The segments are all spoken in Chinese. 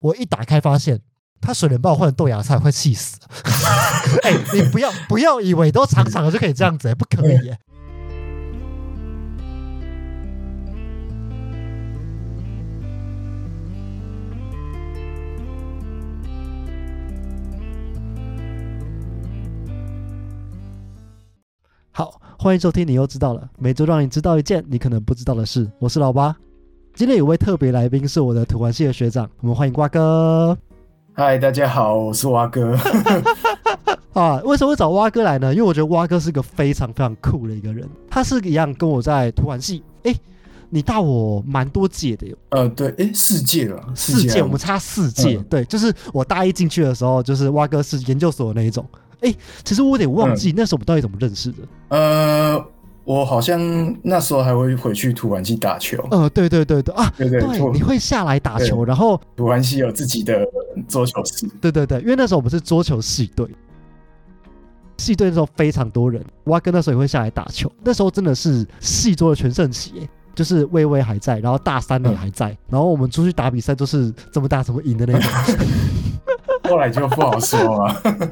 我一打开发现，他水莲帮我换成豆芽菜，我会气死。 哎、你不要不要以为都长长的就可以这样子、不可以、欸。好，欢迎收听，你又知道了。每周让你知道一件你可能不知道的事。我是老八，今天有位特别来宾是我的土环系的学长，我们欢迎瓜哥嗨，大家好，我是蛙哥。 啊。为什么会找蛙哥来呢？因为我觉得蛙哥是个非常非常酷的一个人，他是一样跟我在土环系，诶，你大我蛮多届的哟，呃，对，诶，世界啊了，四届，我了们差四届，嗯对，就是我大一进去的时候，就是蛙哥是研究所的那一种。诶，其实我有点忘嗯记、那时候我们到底怎么认识的。呃，我好像那时候还会回去土玩系打球。呃，对对对对啊，哦对对，对，土你会下来打球，然后土玩系有自己的桌 球室。对对对，因为那时候我们是桌球系队，系队那时候非常多人，蛙哥那时候也会下来打球，那时候真的是系桌的全盛期耶。就是微微还在，然后大三的也还在，嗯然后我们出去打比赛都是怎么打怎么赢的那 种。 后来就不好说啊了。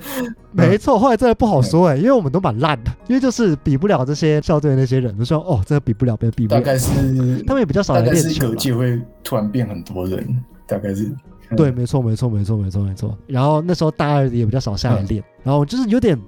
没错，后来真的不好说嗯哎、因为我们都蛮烂的，因为就是比不了这些校队的那些人，就说哦，真的比不了，别比不大了。概是他们也比较少大来概练是一球个啦。界会突然变很多人，大概是对，没错，没错，没错，没错，没错。然后那时候大二也比较少嗯下来练，然后就是有点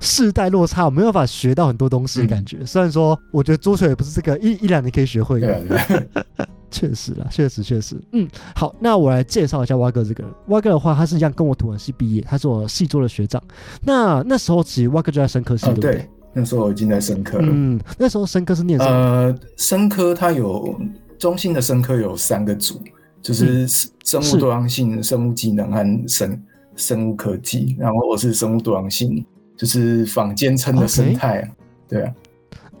世代落差，我没有办法学到很多东西嗯的感觉。虽然说，我觉得桌球也不是这个一一两年可以学会对的，啊对啊。确实啦，确实确实。嗯，好，那我来介绍一下蛙哥这个人。蛙哥的话，他是一样跟我土文系毕业，他是我系桌的学长。那那时候其实蛙哥就在深科系， 啊对不对对？，那时候我已经在深科了。嗯，那时候深科是念什么？呃，生科它有中性的生科有三个组，嗯就是生是物多样性、生物技能和生生物科技。然后我是生物多样性，就是坊间称的 OK 生态啊。对啊，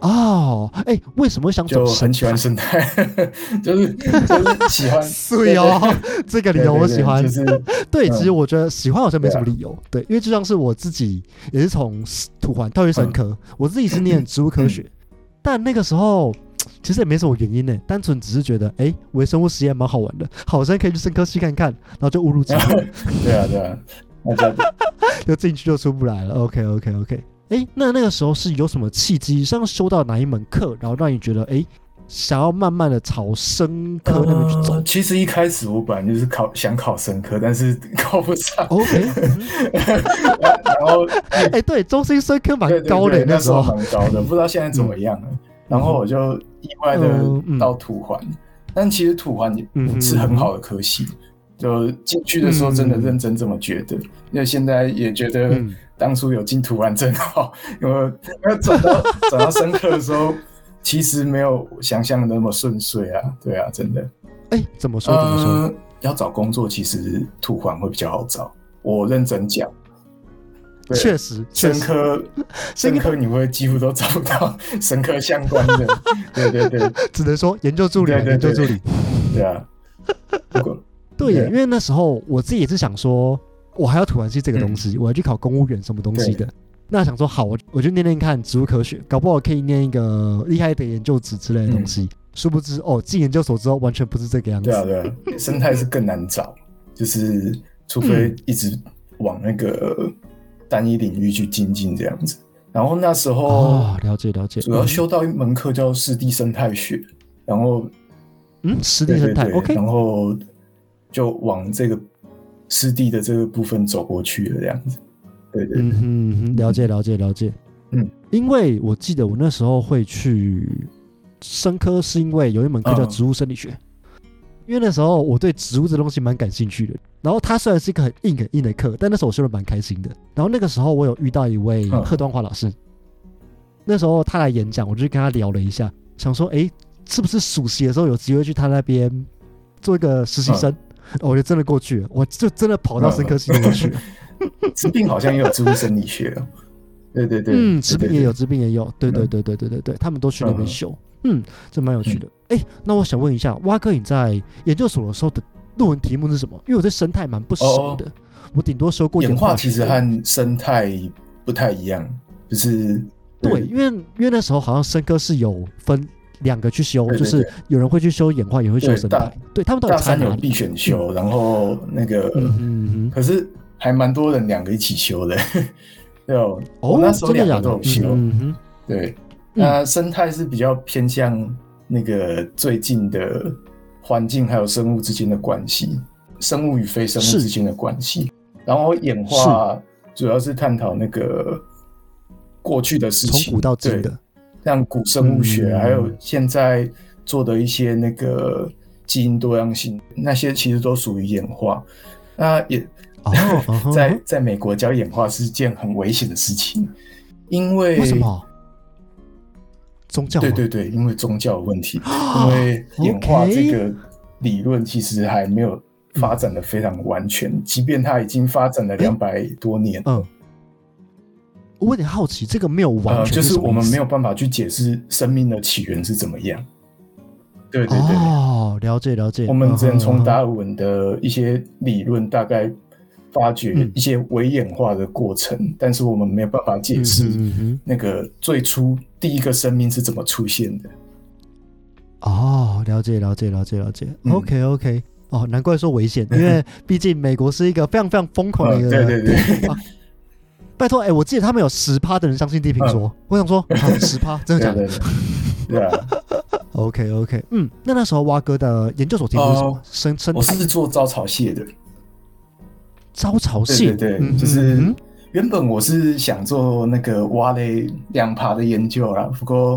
哦，哎，为什么会想就走。很喜欢生态， 就是就是喜 欢碎哦， 这个理对对由对我喜欢。就是对，嗯啊其实我觉得喜欢好像没什么理由。对，因为就像是我自己也是从土环跳去生科，嗯我自己是 念植物科学，但那个时候其实也没什么原因呢，单纯只是觉得哎，微生物实验蛮好玩的，好像可以去生科系看看，然后就误入歧途，对啊对啊，那叫 就进去就出不来了。OK OK OK，哎，那那个时候是有什么契机，像修到哪一门课，然后让你觉得哎，诶想要慢慢的朝生科那边去走、呃其实一开始我本来就是考想考生科，但是 考不上， o k 然后哎、对，中心生科蛮对对高的、对那时嗯时候蛮高的，不知道现在怎么样了。 然后我就意外的到土环，但其实土环也嗯哼是很好的科系，就进去的时候真的认真这么觉得，因为现在也觉得嗯当初有进土环真好，因为因为转到转到深刻的时候。其实没有想象的那么顺遂啊，对啊，真的。哎、怎么说怎么说？呃要找工作，其实土环会比较好找。我认真讲，对确实，确深实，科， 深科你会几乎都找不到 深科相关 的，对对对只能说研究助理啊，对对研究助对理。对啊。不过对耶，对因为那时候我自己也是想说，我还要土完系这个东嗯西，我要去考公务员什么东西的。那想说好，我我就念念看植物科学，搞不好可以念一个厉害一点研究职之类的东西。殊不知哦，进研究所之后完全不是这个样子。嗯对啊对啊，生态是更难找，就是除嗯非一直往那个单一领域去精进这样子。然后那时候哦，了解了解。主要修到一门课叫湿地生态学，然后嗯，实地对生对态对， ，OK，然后就往这个湿地的这个部分走过去了这样子。对对，嗯哼嗯哼，了解了解了解。嗯，因为我记得我那时候会去生科，是因为有一门课叫嗯植物生理学，因为那时候我对植物这东西蛮感兴趣的。然后它虽然是一个很硬很硬的课，但那时候我修的蛮开心的。然后那个时候我有遇到一位嗯贺端华老师，那时候他来演讲，我就跟他聊了一下，想说，诶，是不是暑期的时候有机会去他那边做一个实习生？嗯哦我就真的过去了，我就真的跑到生科系那边去了。治病好像也有植物生理学 哦。对对对，嗯，对治对病也有，治病也有，对对嗯对对对对对，他们都去那边嗯修，嗯，这蛮有趣的。哎，那我想问一下，蛙哥，你在研究所的时候的论文题目是什么？因为我对生态蛮不熟的，我顶多修过对哦演化化其实学和生态不太一样，就是对，因为因为那时候好像生科是有分两个去修，对对就是有人会去修演化，也会修对生大态，对他们到底大差三有哪里？必选修，然后那个，嗯哼嗯哼，可是还蛮多人两个一起修的。 对哦，我那哦，时候真两的假个都的有？修。嗯哼，对，那生态是比较偏向那个最近的环境还有生物之间的关系，生物与非生是物之间的关系。然后演化主要是探讨那个过去的事从情，古到今对的，像古生物学，嗯还有现在做的一些那个基因多样性，那些其实都属于演化。那也哦，嗯哼 在在美国教演化是件很危险的事情，因为为什么？宗教吗 对对对，因为宗教的问题，啊因为演化 OK 这个理论其实还没有发展的非常完全，即便它已经发展了两百多年，嗯，我有点好奇，这个没有完呃，全就是什么我们意思没有办法去解释生命的起源是怎么样。对对对，哦，了解了解，我们只能从嗯达尔文的一些理论大概发掘嗯一些微演化的过程，但是我们没有办法解嗯释嗯嗯那个最初第一个生命是怎么出现的。哼哦，了解了解了解了解嗯，OK OK，哦，难怪说危险，因 为毕竟美国是一个非常非常疯狂的一个嗯对对 对地方。拜托，哎，我记得他们有十趴的人相信地平说，我想说十趴真的假嗯对的对对，对啊， ？OK OK，嗯，那那时候蛙哥的研究所题目是什么哦？生生我是做招潮蟹的。招潮对蟹，对对，嗯就是嗯原本我是想做那个蛙类两爬的研究啦，不过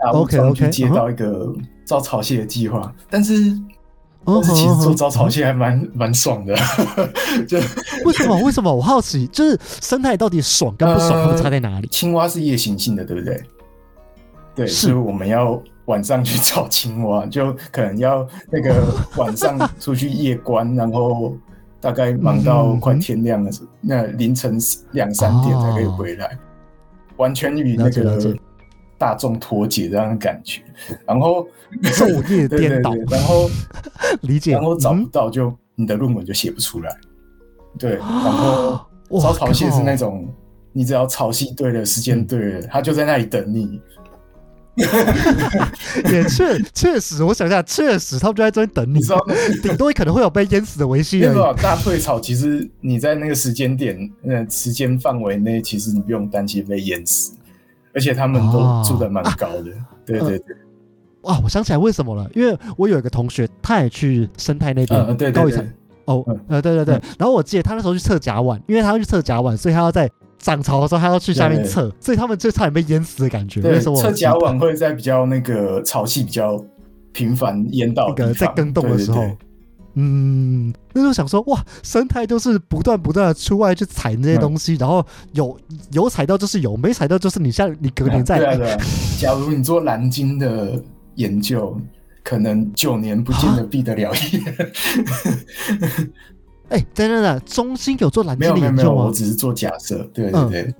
啊，我 OK，OK，终去接嗯哼到一个招潮蟹的计划，但是嗯但是其实做嗯招潮蟹还蛮蛮爽的，就为什么？为什么？我好奇，就是生态到底爽跟不爽，呃它们差在哪里？青蛙是夜行性的，对不对？对，是所以我们要晚上去找青蛙，就可能要那个晚上出去夜观，然后大概忙到快天亮的时候，那凌晨两三点才可以回来，哦完全与那了解了个解大众脱节这样的感觉。然后，昼夜对对颠倒，对，然后理解。然后找不嗯到就你的论文就写不出来，对，然后哇招潮蟹是那靠嗯种，你只要潮汐对了，时间对了，它就在那里等你。也确确实，我想一下，确实他们就在这边等你你知道那，顶多可能会有被淹死的危因机为而已。吧，大退潮其实你在那个时间点、呃时间范围内，其实你不用担心被淹死，而且他们哦都住的蛮高的。啊对对对，哇，我想起来为什么了，因为我有一个同学，他也去生态那呃，边对高对一层对，哦嗯，呃，对对对。然后我记得他那时候去测甲烷，因为他要去测甲烷，所以他要在涨潮的时候他要去下面对对测，所以他们就差点被淹死的感觉。对为什么我测记甲得烷会在比较那个潮汐比较频繁淹到那的个地在方，耕种的哦对对时候，对嗯，那时候想说，哇，生态就是不断不断的出外去采那些嗯东西，然后有有采到就是有，没采到就是你下你隔年再对来。啊对啊。假如你做蓝鲸的研究，可能九年不见得毕得 了业。哎、等等等，中心有做蓝没鲸有的没有研没有，究我吗？只是做假设。对对嗯对，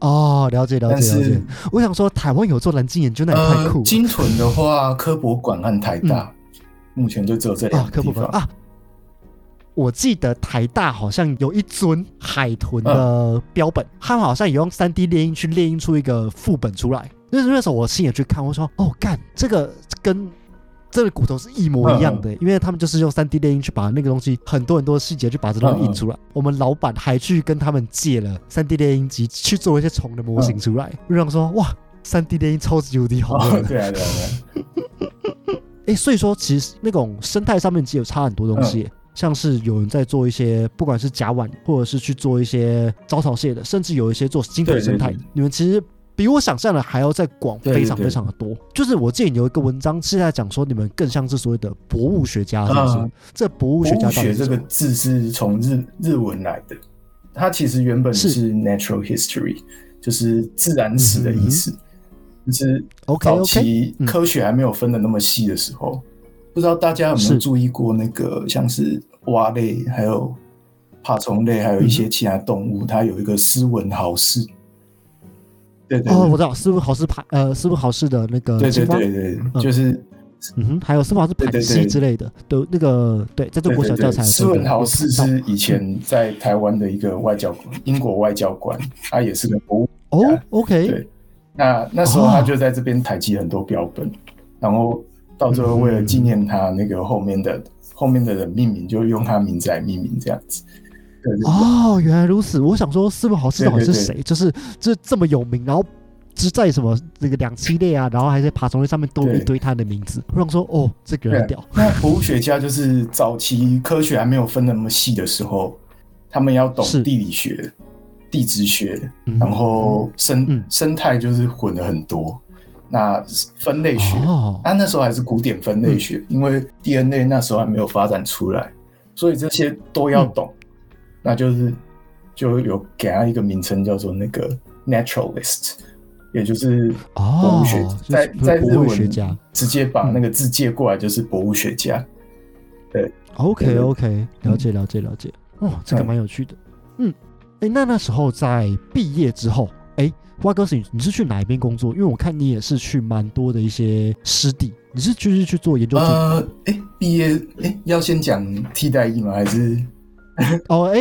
哦，了解了但解了是解。我想说，台湾有做蓝鲸研究，那也太呃酷，了、嗯金屯的话，科博馆和台大目前就只有这两啊！个科地普馆方。啊，我记得台大好像有一尊海豚嗯的标本，他们好像也用三 D 猎鹰去猎鹰出一个副本出来。那那时候我亲眼去看，我说哦，干这个跟。这个骨头是一模一样嗯的、欸因为他们就是用三 D 猎鹰去把那个东西很多很多细节去把这东西印嗯出来。我们老板还去跟他们借了三 D 猎鹰机去做一些虫的模嗯型出来。我想说哇，三 D 猎鹰超级无敌好 用哦，的，对啊对啊对 啊，哎、所以说其实那种生态上面其实有差很多东西耶、嗯像是有人在做一些不管是甲烷，或者是去做一些招潮蟹的，甚至有一些做金粉对对生态对，你们其实。比我想象的还要再广，对对非常对非常的多。就是我见有一个文章是在讲说，你们更像是所谓的博物学家，是不是嗯？这博物学博家物到底学是这什么个字是从日日文来的，它其实原本是是 natural history，就是自然史的意嗯思。就是？OK 早 OK，期嗯科学还没有分的那么细的时候，不知道大家有没有是注意过那个像是蛙类，还有爬虫类，还有一些其他动物，它有一个斯文豪氏。对对对哦，我知道，斯文豪斯排，呃，斯文豪斯的那个对青对蛙，对对嗯对，就是嗯哼，还有斯文豪斯对盘对溪对之类的，都那个对，在做对国小对教材对，的时斯候文豪有氏看到是以前在台湾的一个外交官，英国外交官，他也是个博物。哦，OK，对那那时候哦他就在这边采集很多标本，然后到最后为了纪念他，那个后面的后面的人命名就用他名字来命名这样子。对对哦，原来如此。我想说，师傅好，师傅好是谁？就是就是这么有名，然后只在什么这个两栖类啊，然后还在爬虫类上面都有一堆他的名字。我想说，哦，这个人对屌。那博物学家就是早期科学还没有分那么细的时候，他们要懂是地理学、地质学，嗯然后生、嗯生态就是混了很多。那分类学，哦，他啊那时候还是古典分类学，嗯因为 DNA 那时候还没有发展出来，所以这些都嗯要懂。那就是就有给他一个名称叫做那个 naturalist，也就是博哦物学，，就是在在日博物文学家。嗯直接把那个字借过来就是博物学家。对嗯 OK 对 OK，了解了解了解。哦，这个蛮有趣的。嗯，哎、那那时候在毕业之后，哎、蛙哥是你你是去哪一边工作？因为我看你也是去蛮多的一些师弟，你是就是去做研究助理、呃，哎、毕业哎、要先讲替代役吗？还是哦？哎、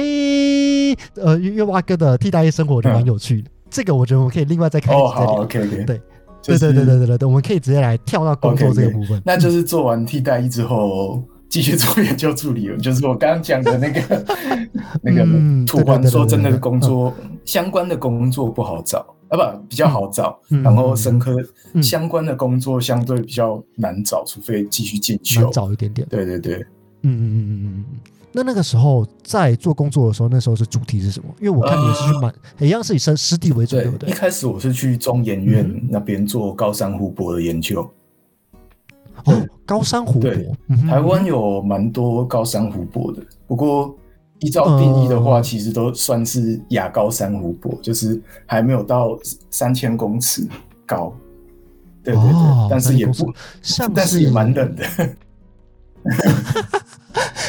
呃，因为蛙哥的替代役生活就蛮有趣的。这个我觉得我们可以另外再开一嗯哦，集再好聊。 ，OK OK， 对，就是对对对对对对，我们可以直接来跳到工作 OK，OK 这个部分。那就是做完替代役之后，继续做研究助理了，就是我刚刚讲的那个 那个嗯土环。对对对对对嗯说真的，工作相关的工作不好找，啊不，比较好找。嗯然后生科嗯相关的工作相对比较难找，除非继续进修蛮。早一点点。对对对，嗯嗯嗯嗯嗯嗯。那那个时候在做工作的时候，那时候是主题是什么？因为我看你也是去蛮，也一样是以生师弟为主，对呃对不，对一？开始我是去中研院嗯那边做高山湖泊的研究。哦，高山湖泊对，嗯哼台湾有蛮多高山湖泊的，不过依照定义的话，嗯其实都算是亚高山湖泊，就是还没有到三千公尺高。对对对，哦但是也不，像但是也蛮冷的。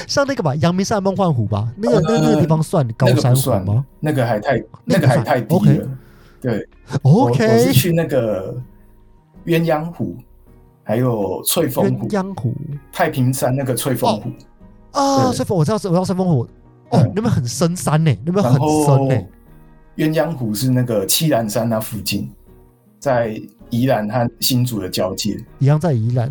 像那个吧，阳明山梦幻湖吧，那个、那个呃那个地方算高那个山不湖算吗？那个还太那个那个不算还太低 OK 了。对我我是？OK，去那个鸳鸯湖，还有翠峰湖鸳、鸯湖太平山那个翠峰湖，啊，对这峰我知道，我知道山峰湖。哦嗯，那边很深山呢，那边然很深后呢。鸳鸯湖是那个七兰山那附近，在宜兰和新竹的交界，一样在宜兰。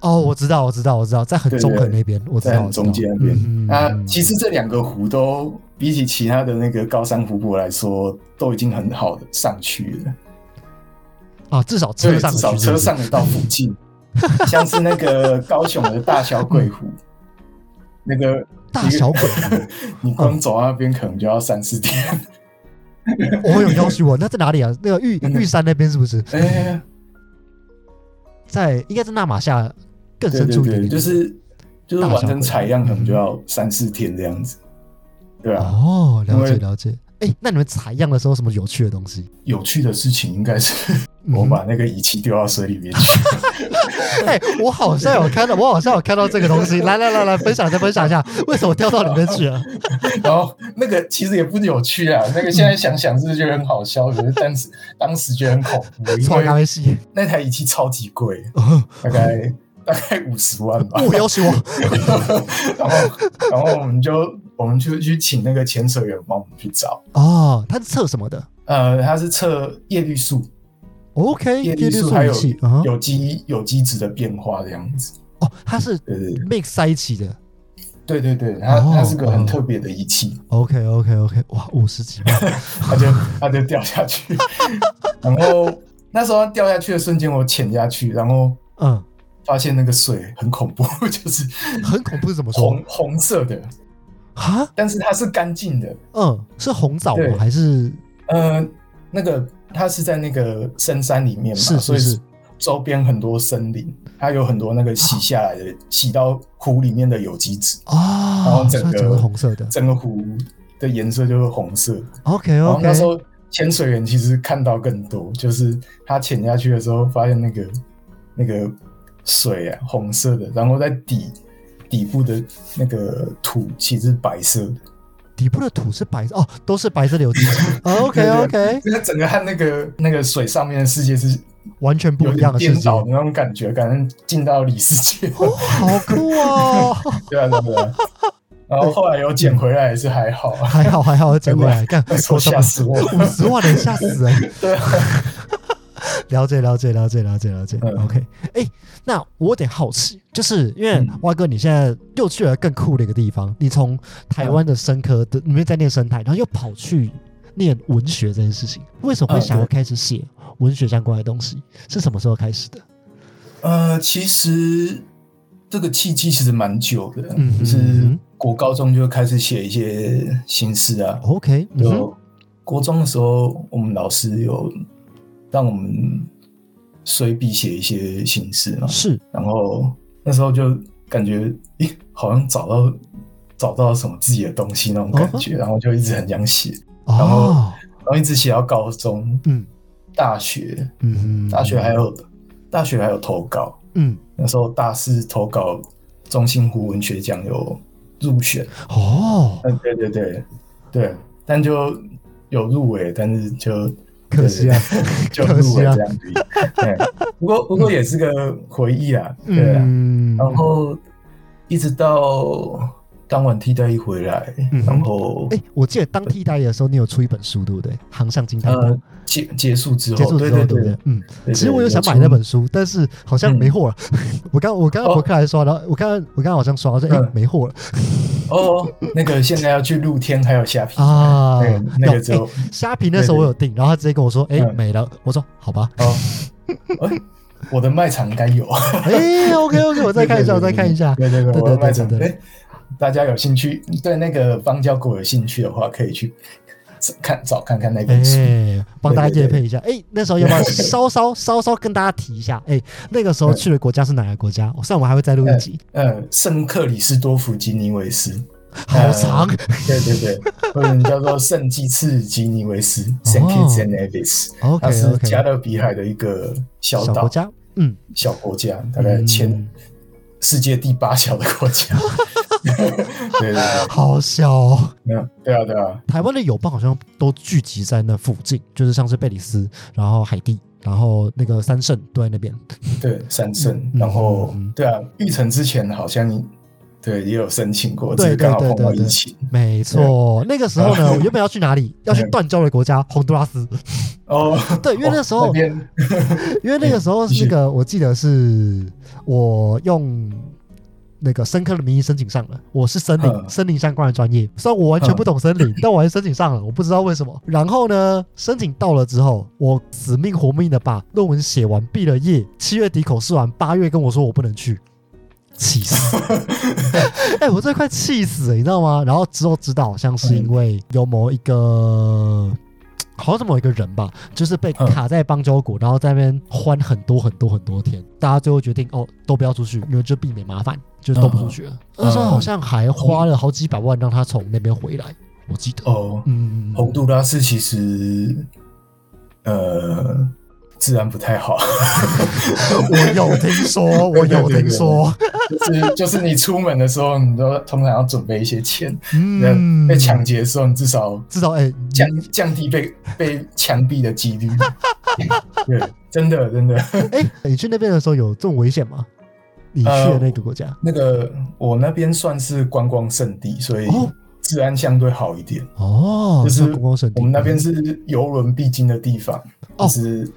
哦，我知道，我知道，我知道，在很对中肯对那边，我知在道，很我知道中间那边。嗯嗯嗯那、嗯其实这两个湖都比起其他的那个高山湖泊来说，都已经很好的上去了。啊，至少车对，至上的少区是车不是上得到附 近，像是那个高雄的大小鬼湖，那个大小鬼湖，你光走到那边可能就要三四天。 我有要 求我，那在哪里啊？那个玉玉山那边是不是？哎、在应该在纳马下 更对深对处一点对，点，就是就是完成采样可能就嗯要三四天这样子，对啊。哦，了解因为了解。哎，那你们采样的时候有什么有趣的东西？有趣的事情应该是嗯我把那个仪器丢到水里面去，哎，我好像有看到，我好像有看到这个东西。来来来来，分享一下，分享一下，为什么掉到里面去啊了？然后那个其实也不有趣啊，那个现在想想是觉得很好笑，可是当时当时觉得很恐怖，因错，咖为啡系。那台仪器超级贵，哦 大概大概五十万 吧。我要求我，然后然后我们就我们就去请那个潜水员帮我们去找，哦，它是测什么的呃，他是测叶绿素， ？OK，叶叶绿绿素素还有仪器啊，有机有机质的变化这样子。哦，它是对对对 mix 在一起的。对对对，它哦它是个很特别的仪器， OK OK OK，哇，五十几 万，它就它就掉下去， 然后那时候它掉下去的瞬间，我潜下去，然后嗯，发现那个水很恐怖， 就是很恐怖是怎么说红？红色的，啊？但是它是干净的，嗯，是红枣吗？对还是呃，那个它是在那个深山里面嘛，是是所以是周边很多森林，它有很多那个洗下来的、洗到湖里面的有机质，啊？然后整所以个整个红色的。整个湖的颜色就是红色。 OK 然后 OK，那时候潜水员其实看到更多，就是他潜下去的时候发现那个那个水啊红色的，然后在底底部的那个土其实是白色的。底部的土是白色哦，都是白色的有 机哦质。OK 对 OK，就是整个和那个那个水上面的世界是完全不有一样点的世颠界。倒的哦，那种感觉，感觉进到里世界。 好酷哦！对啊，对啊对啊。然后后来有捡回来也是还好啊，还 好还好，捡回来，干那时候吓死我 五十万人吓死人。对啊，了解了解了解了解了解。嗯 OK，哎、那我有点好奇，就是因为嗯蛙哥你现在又去了更酷的一个地方，你从台湾的生科的里面在念生态，然后又跑去念文学这件事情，为什么会嗯想要对开始写文学相关的东西？是什么时候开始的？呃，其实这个契机其实蛮久的，嗯就是国高中就开始写一些心事啊。 OK，嗯哼有国中的时候，我们老师有让我们随笔写一些心事嘛，是然后那时候就感觉，咦，好像找到找到什么自己的东西那种感嗯觉，然后就一直很想写，后哦，然后一直写到高中、嗯大学，嗯哼，大学还有大学还有投稿，嗯那时候大四投稿中心湖文学奖有入选，哦，嗯，对对对对，但就有入围，但是就 可惜啊，就可入围惜啊这样子。对，不过不过也是个回忆啊，对啊。嗯，然后一直到当晚替代一回来，嗯然后哎、我记得当替代役的时候，你有出一本书，对不对？《航向金太波》呃结结束之结束后，之对后，对不对对？嗯，对其实对我有想出嗯买那本书，但是好像没货了。 我刚我刚刚哦博客来刷到，我刚刚我刚刚好像刷到说，哎、嗯没货了哦，那个现在要去露天还有虾皮啊那个！那有个只有哎虾皮那时候我有订，然后他直接跟我说，哎、嗯没了。我说好吧，哦，哎，我的卖场应该有。哎、o k OK，我再 看一下，我再看一下。对对对，对我的对卖对场。对对，哎，大家有兴趣对那个邦交国有兴趣的话，可以去看找看看那本书。哎，帮大家对夜对对配一下。哎，那时候要不要稍稍稍稍跟大家提一下？哎，那个时嗯候去的国家是哪个国家？哦我上午还会再录一集，呃，圣克里斯多夫吉尼维斯，好长。对对对，或者你叫做圣基次吉尼维斯 （Saint Kitts and Nevis），它哦 OK 是 OK，加勒比海的一个小小岛国、家，嗯，小国家，大概前嗯世界第八小的 国家。对对对，好小、哦。嗯，对啊对啊，台湾的友邦好像都聚集在那附近，就是像是贝里斯，然后海地，然后那个三圣都在那边。对三圣嗯，然后嗯嗯对啊，玉成之前好像对也有申请过，只对是对刚好对碰到对疫对情。，没错。那个时 候呢，我原本要去哪里？要去断交的国家洪都拉斯。哦，对，因为那时那候边 因为那个时候是那个，我记得是我用那个深科的名义申请上了，我是森林嗯森林相关的专业，虽然我完全不懂森林，但我还是申请上了，我不知道为什么。然后呢，申请到了之后，我死命活命的把论文写完，毕了业，七月底口试完，八月跟我说我不能去。气死！哎、我这快气死了，你知道吗？然后之后知道，好像是因为有某一个好像是某一个人吧，就是被嗯卡在邦交国，然后在那边欢很多很多很多天，大家最后决定哦，都不要出去，因为就避免麻烦，就都不出去了。嗯那时候好像还花了好几百万让他从那边回来，我记得。哦，嗯，洪都拉斯其实呃治安不太好， 我有听说，我有听说，就是就是你出门的时候，你都通常要准备一些钱。嗯，那被哎抢，劫的时候，你至少至少哎，降降低被被枪毙的几率。 对，真的真的。哎，你去那边的时候有这么危险吗？你去的那个国家，那个我那边算是观光胜地，所以哦治安相对好一点。哦，就是观光胜地，我们那边是游轮必经的地方，哦就是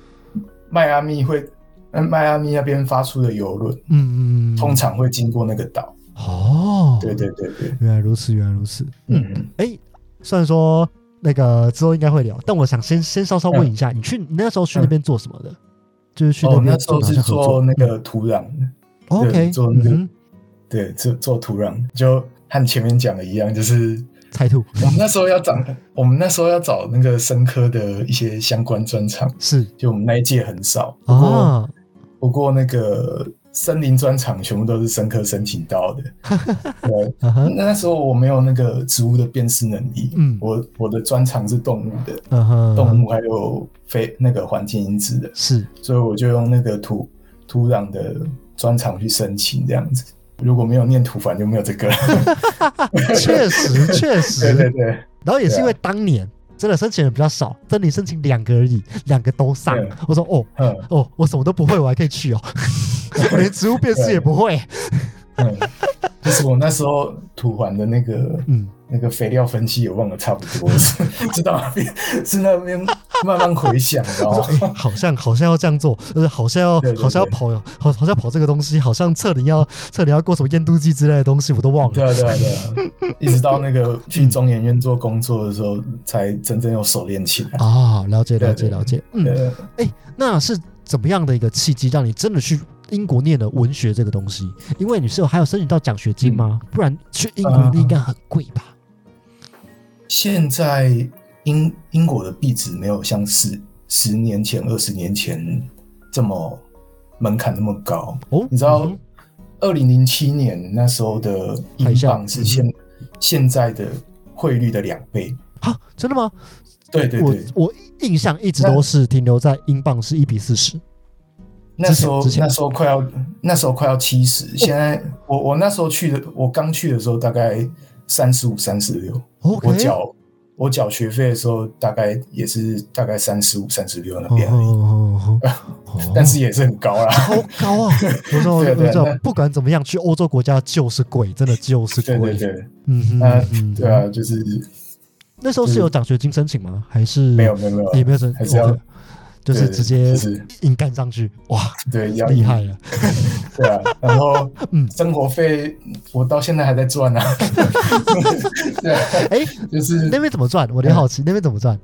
迈阿密会，呃迈阿密那边发出的游轮嗯，嗯嗯，通常会经过那个岛。哦，对，对对对，原来如此，原来如此，嗯。嗯，哎，虽然说那个之后应该会聊，但我想先先稍稍问一下，你去你那时候去那边做什么的？就是去嗯哦，边那时做候哪些是合做作那个土壤的，哦？OK，做那个嗯哼，对，做做土壤，就和前面讲的一 样，就是猜图我们那时候要找，我们那时候要找那个生科的一些相关专场，是就我们那一届很少，不过、啊，不过那个森林专场全部都是生科申请到的，啊对。嗯哼，那时候我没有那个植物的辨识能力，嗯我我的专长是动物的，嗯哼，动物还有非那个环境因子的， 是所以我就用那个土土壤的专长去申请这样子。如果没有念土凡，就没有这个。确实确对 对实，对啊然后也是因为当年。真的申请的比较少，真的你申请两个而已，两个都上对。我说哦嗯哦，我什么都不会，我还可以去 哦，我连植物辨识也不会。嗯，就是我那时候土环的那个嗯， 那个肥料分析也忘了差不多了，是是那边是那边慢慢回想，你知道我说吗？哎、 好像好像要这样做，就是好像要对对好像要跑，好好像要跑这个东西，好像测你要测你要过什么验毒剂之类的东西，我都忘对了。啊，对啊，对啊，一直到那个去中研院做工作的时候，才真正又熟练起来。啊、了解了解对对了解，嗯，对，哎、那是怎么样的一个契机让你真的去英国念了文学这个东西？因为你是有还有申请到奖学金吗？嗯不然去英国啊应该很贵吧？现在英英国的币值没有像十十年前、二十年前这么门槛那么高。哦，你知道嗯，二零零七年那时候的海英啸嗯镑是现现在的汇率的两倍。哼啊，真的吗？对对对，我我印象一直都是停留在英镑是一比四十，那时候之前哦那时候快要那时候快要七十，现在我我那时候去的，我刚去的时候大概三十五、三十六。 OK 我缴我缴学费的时候大概也是大概三十五、三十六那哦边而已，哦哦哦 但是也是很高啦。好高 啊！我说我对对说那，不管怎么样，去欧洲国家就是贵，真的就是 对对贵。对，嗯哼那嗯哼，对啊，就是那时候是有奖学金申请吗？还是没有没有没有也没有申还是要 OK，就是对直接就是硬干上去，哇，对要厉害了！对啊，然后 嗯生活费我到现在还在赚啊， 对啊，哎， 就是那边怎么赚？我有点好嗯奇，那边怎么赚？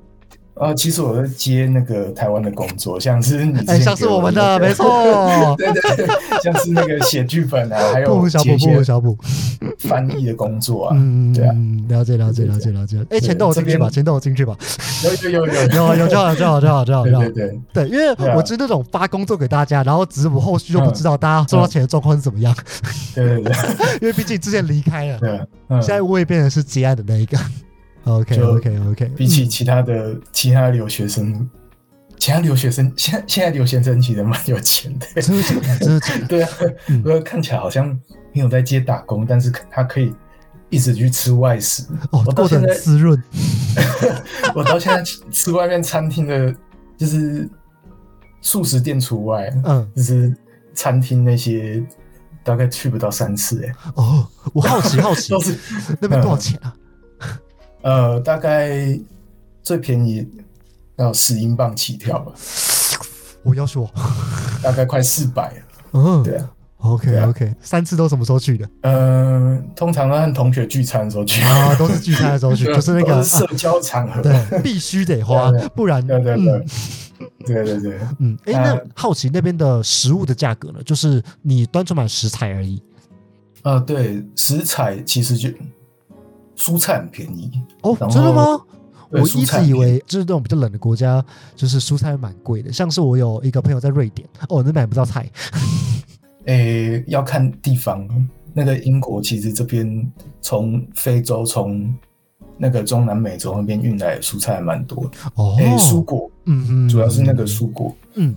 呃，其实我在接那个台湾的工作，像是你之哎，前像是给我们的，那个没， 错。对 对对，像是那个写剧本啊，还不有如小接补，一不如些小补。翻译的工作啊，嗯，对啊，了解了解对对了解了解。哎，钱对都有这进去吧？边钱都有进去 吧？有有有有有有，就好就好就好就好对就好对。对，对，因为对啊嗯我是那种发工作给大家，然后只是我后续就不知道大家收到钱的状况是怎么样，对对对因为毕竟之前离开了，对，嗯现，在我也变成是接案的那一个。OK 就 OK OK，比起其他的其他留学生，其他留学生现在现在留学生其实蛮有钱的，嗯真的假的？真的假的？对啊，嗯不过看起来好像没有在街打工，但是他可以一直去吃外食。哦，我过到得现很在，滋润。我到现在吃吃外面餐厅的，就是素食店除外，嗯，就是餐厅那些大概去不到三次、欸，哦，我好奇好奇都，是那边多少钱啊？呃，大概最便宜要十英镑起跳吧，我要求我，大概快四百。嗯，对啊。 OK 对啊 OK，三次都什么时候去的？呃，通常都和同学聚餐的时候去，啊，都是聚餐的时候 去，就是那个都啊是社交场合。对，必须得花对对，不然对啊对啊嗯对，对对对。嗯，哎，那那好奇那边的食物的价格呢？就是你端出买食材而已。呃，对，食材其实就蔬菜很便宜，哦，然后真的吗？我对一蔬菜直很以便宜为就是那种比较冷的国家，就是蔬菜蛮贵的。像是我有一个朋友在瑞典，哦，那买不到菜。诶、要看地方。那个英国其实这边从非洲从那个中南美洲那边运来的蔬菜还蛮多的，哦，诶、蔬果嗯嗯，主要是那个蔬果，嗯，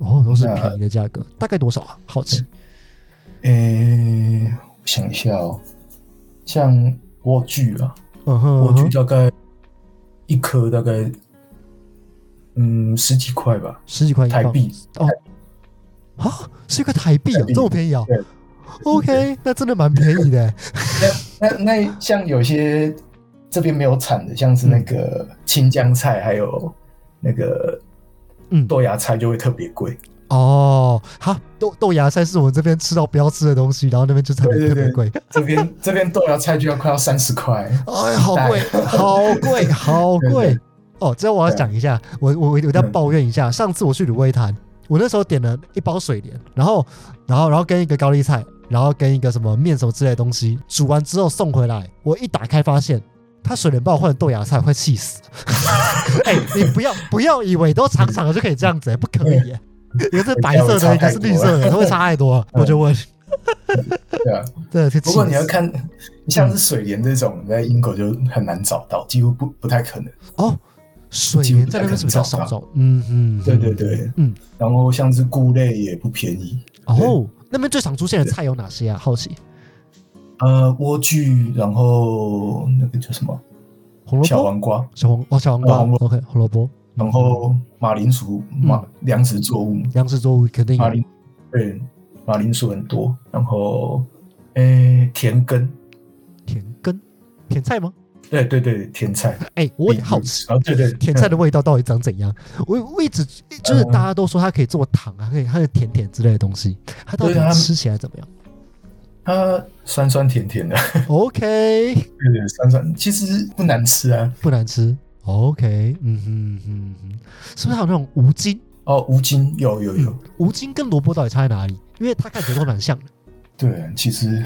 哦，都是那便宜的价格，大概多少啊？好奇。诶、我想一下哦，像莴苣啊，嗯哼，莴嗯哼苣大概一颗大概嗯十几块吧，十几块英镑台币。哦。啊，是一个台币啊台，币这么便宜啊对？OK，那真的蛮便宜 的。那那像有些这边没有产的，像是那个青江菜，还有那个嗯豆芽菜，就会特别贵。哦，哈，豆豆芽菜是我们这边吃到不要吃的东西，然后那边就特别对特对别对贵。这边这边豆芽菜就要快要三十块，哎，好大贵，好贵， 好对贵对。哦，这我要对啊嗯讲一下，我我我我再抱怨一下，上次我去卤味摊，我那时候点了一包水莲，然后然后然后跟一个高丽菜，然后跟一个什么面什么之类的东西，煮完之后送回来，我一打开发现。他水莲帮我换成豆芽菜，我快气死！ 哎、你不要不要以为都长长的就可以这样子、不可以、 欸！一个是白色的，一个是绿色的，它会差太多了。我就问，对啊。对，气不过你死要看，像嗯是水莲这种，在英国就很难找到，几乎不不太可能。哦，水几乎莲不在太那边可是能比较找少到找，嗯嗯，对对对，嗯，然后像是菇类也不便宜，哦，那边最常出现的菜有哪些啊？好奇，呃，莴苣，然后那个叫什么红萝小卜、黄瓜，小黄哦，小黄瓜小黄瓜，OK，红萝卜，然后马铃薯、马嗯粮食作物，粮食作物肯定马有铃对马铃薯很多，然后诶、甜根甜根，甜菜吗？对对对，甜菜，哎、我也好奇啊，对对，嗯甜菜的味道到底长怎样。我我一直就是大家都说它可以做糖啊，可以它的甜甜之类的东西，它到底对啊吃起来怎么样它酸酸甜甜 的， ？OK，对对，酸酸，其实不难吃啊。不难吃。OK，嗯哼嗯哼，是不是还有那种无精？哦，无精有有有，无精跟萝卜到底差在哪里？因为它看起来都蛮像的，对，其实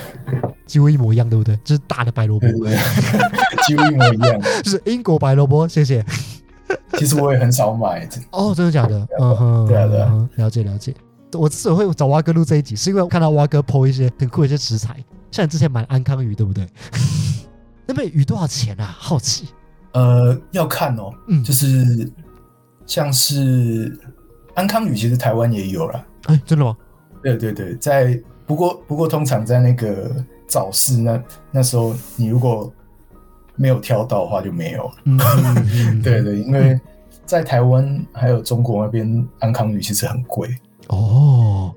几乎一模一样，对不对？就是大的白萝卜对，对， 几乎一模一样。就是英国白萝卜。谢谢。其实我也很少买，这哦，真的假的？嗯哼，对啊对啊嗯哼，了解了解。我之所以会找蛙哥录这一集，是因为我看到蛙哥 PO 一些很酷的一些食材，像你之前买的安康鱼，对不 对？那边鱼多少钱啊？好奇。呃要看哦，嗯，就是像是安康鱼，其实台湾也有啦。哎、真的吗？对对对，在不过不过通常在那个早市那那时候，你如果没有挑到的话就没有了。嗯，嗯嗯嗯 对对，因为在台湾还有中国那边安康鱼其实很贵，哦，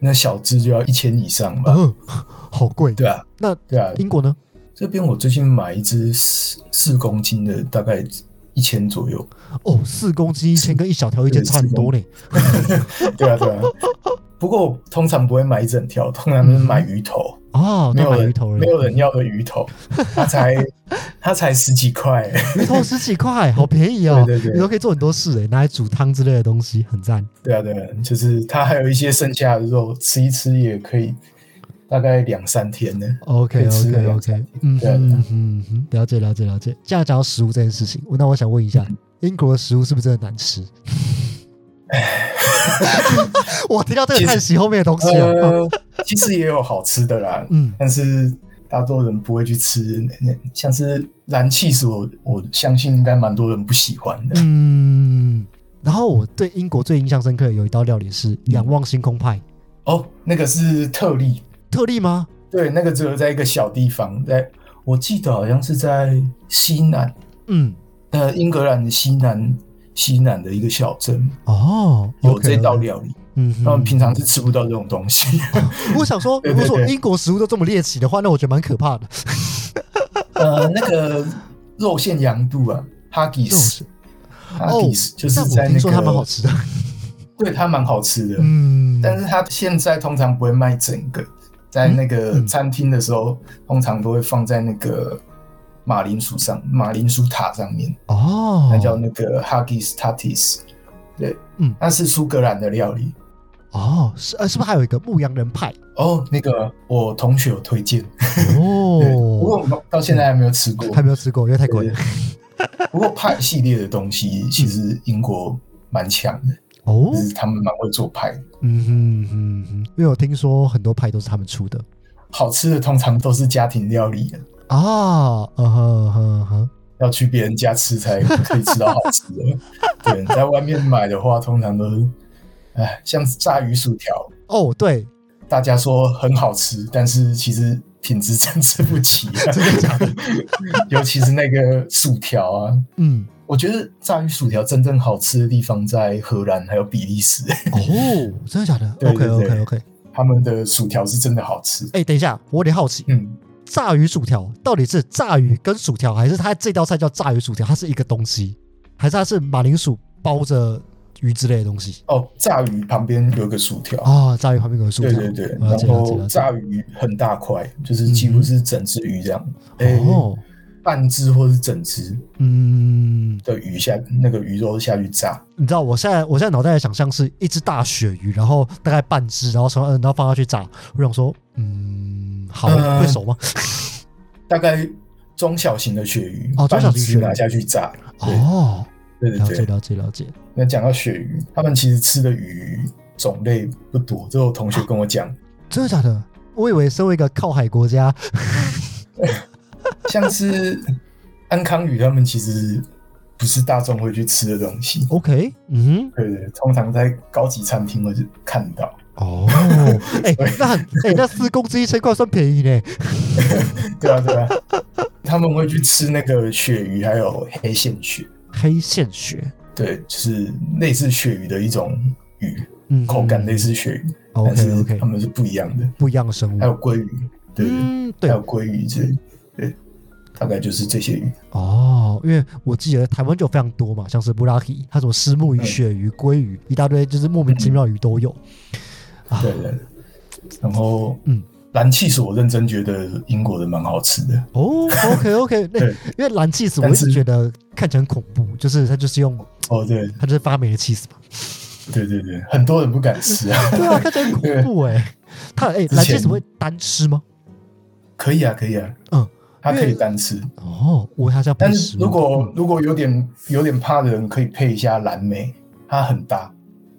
那小只就要一千以上吧。嗯， 好贵。对啊，那对啊，英国呢？这边我最近买一只四四公斤的，大概一千左右。哦，四公斤一千跟一小条一千对差很多呢。对啊对啊，不过我通常不会买一整条，通常都是买鱼头，哦， 没都有买人鱼头了没，有人要的鱼头，它 才它才十几块、鱼头十几块，好便宜哦。 对对对鱼头可以做很多事哎诶，拿来煮汤之类的东西，很赞。对啊，对啊，就是它还有一些剩下的肉，吃一吃也可以，大概两三天呢。 OK 可以吃 OK 的两 OK，餐嗯对啊哼嗯哼嗯哼，了解了解了解。既然讲到食物这件事情，那我想问一下，嗯英国的食物是不是真的难 吃？我听到这个其实叹息后面的东西了。呃，其实也有好吃的啦，哦嗯，但是大多人不会去吃，那像是燃气是我我相信应该蛮多人不喜欢的。嗯，然后我对英国最印象深刻的有一道料理是嗯仰望星空派，哦，那个是特例，特例吗？对，那个只有在一个小地方，在我记得好像是在西南，嗯，呃，英格兰西南西南的一个小镇哦，嗯有 OK，这道 OK，料理，嗯哼，他们平常是吃不到这种东西。 我想说，对如对果说对英国食物都这么猎奇的话，那我觉得蛮可怕的。呃，那个肉馅羊肚啊，haggis，haggis、就是但哦我在那听说个，它蛮好吃的。对，它蛮好吃的，嗯，但是它现在通常不会卖整个，在那嗯个餐厅的时候，通常都会放在那个马铃薯上，马铃薯塔上面，哦，那叫那个 haggis tatis，对，嗯那是苏格兰的料理。哦，是呃，是不是还有一个牧羊人派？哦，那个我同学有推荐，对，不过哦，我到现在还没有吃过，还没有吃过，因为太贵了对。不过派系列的东西其实英国蛮强的，哦就，是他们蛮会做派的。嗯哼嗯哼，因为我听说很多派都是他们出的好吃的通常都是家庭料理的，啊，嗯哼嗯哼嗯哼，要去别人家吃才可以吃到好吃的。对，在外面买的话，通常都是，哎，像炸鱼薯条，哦，对，大家说很好吃，但是其实品质真吃不起、真的假的？尤其是那个薯条啊。嗯，我觉得炸鱼薯条真正好吃的地方在荷兰还有比利时， 哦，真的假的对？OK 对 OK 对 OK，他们的薯条是真的好吃。哎，等一下，我有点好奇，嗯，炸鱼薯条到底是炸鱼跟薯条，还是它这道菜叫炸鱼薯条？它是一个东西，还是它是马铃薯包着鱼之类的东西？哦，炸鱼旁边有一个薯条，啊，炸鱼旁边有个薯对条，对对，了然解了解了后解。炸鱼很大块，就是几乎是整只鱼这样，诶，哦，半只或是整只嗯，的鱼下那个鱼肉下去炸，你知道我现在我现在脑袋的想象是一只大鳕鱼，然后大概半只，然后从嗯，然后放下去炸。我想说，嗯，好，嗯会熟吗？大概中小型的鳕鱼，哦中小半型只鳕鱼拿下去炸。对哦，对了解对对，了解了解。那讲到鳕鱼，他们其实吃的鱼种类不多，这我同学跟 我讲，真的假的？我以为身为一个靠海国家，像是安康鱼，他们其实不是大众会去吃的东西。 ，OK，嗯对对，通常在高级餐厅会看到。哼，哦， 哎、那很哎、那四公斤一千块算便宜呢。对啊，对 啊，他们会去吃那个鳕鱼，还有黑线鳕，黑线鳕，对，就是类似鳕鱼的一种鱼，嗯，口感类似鳕鱼，但，OK 是 OK，它们是不一样的。不一样的生物哎还，有鲑鱼，对，哎嗯，对还，有鲑鱼之类的。大概就是这些鱼。哦，因为我记得台湾就有非常多嘛，像是布拉提，它什么石目鱼、嗯鳕鱼、鲑鱼，一大堆，就是莫名其妙的鱼都有。啊对对对。然后，嗯，蓝气是我认真觉得英国的蛮好吃的。哦，OK OK，那对因为蓝气死，我但一直是觉得看起来很恐怖，就是它就是用哦，对它就是发霉的气死 嘛。对对对，很多人不敢吃啊。 对啊，看起来很恐怖哎、它哎、之蓝气前死会单吃吗？可以啊，可以啊，嗯，它可因为以单吃。哦，我好像不但食是物如果如果有点有点怕的人，可以配一下蓝莓，它很搭。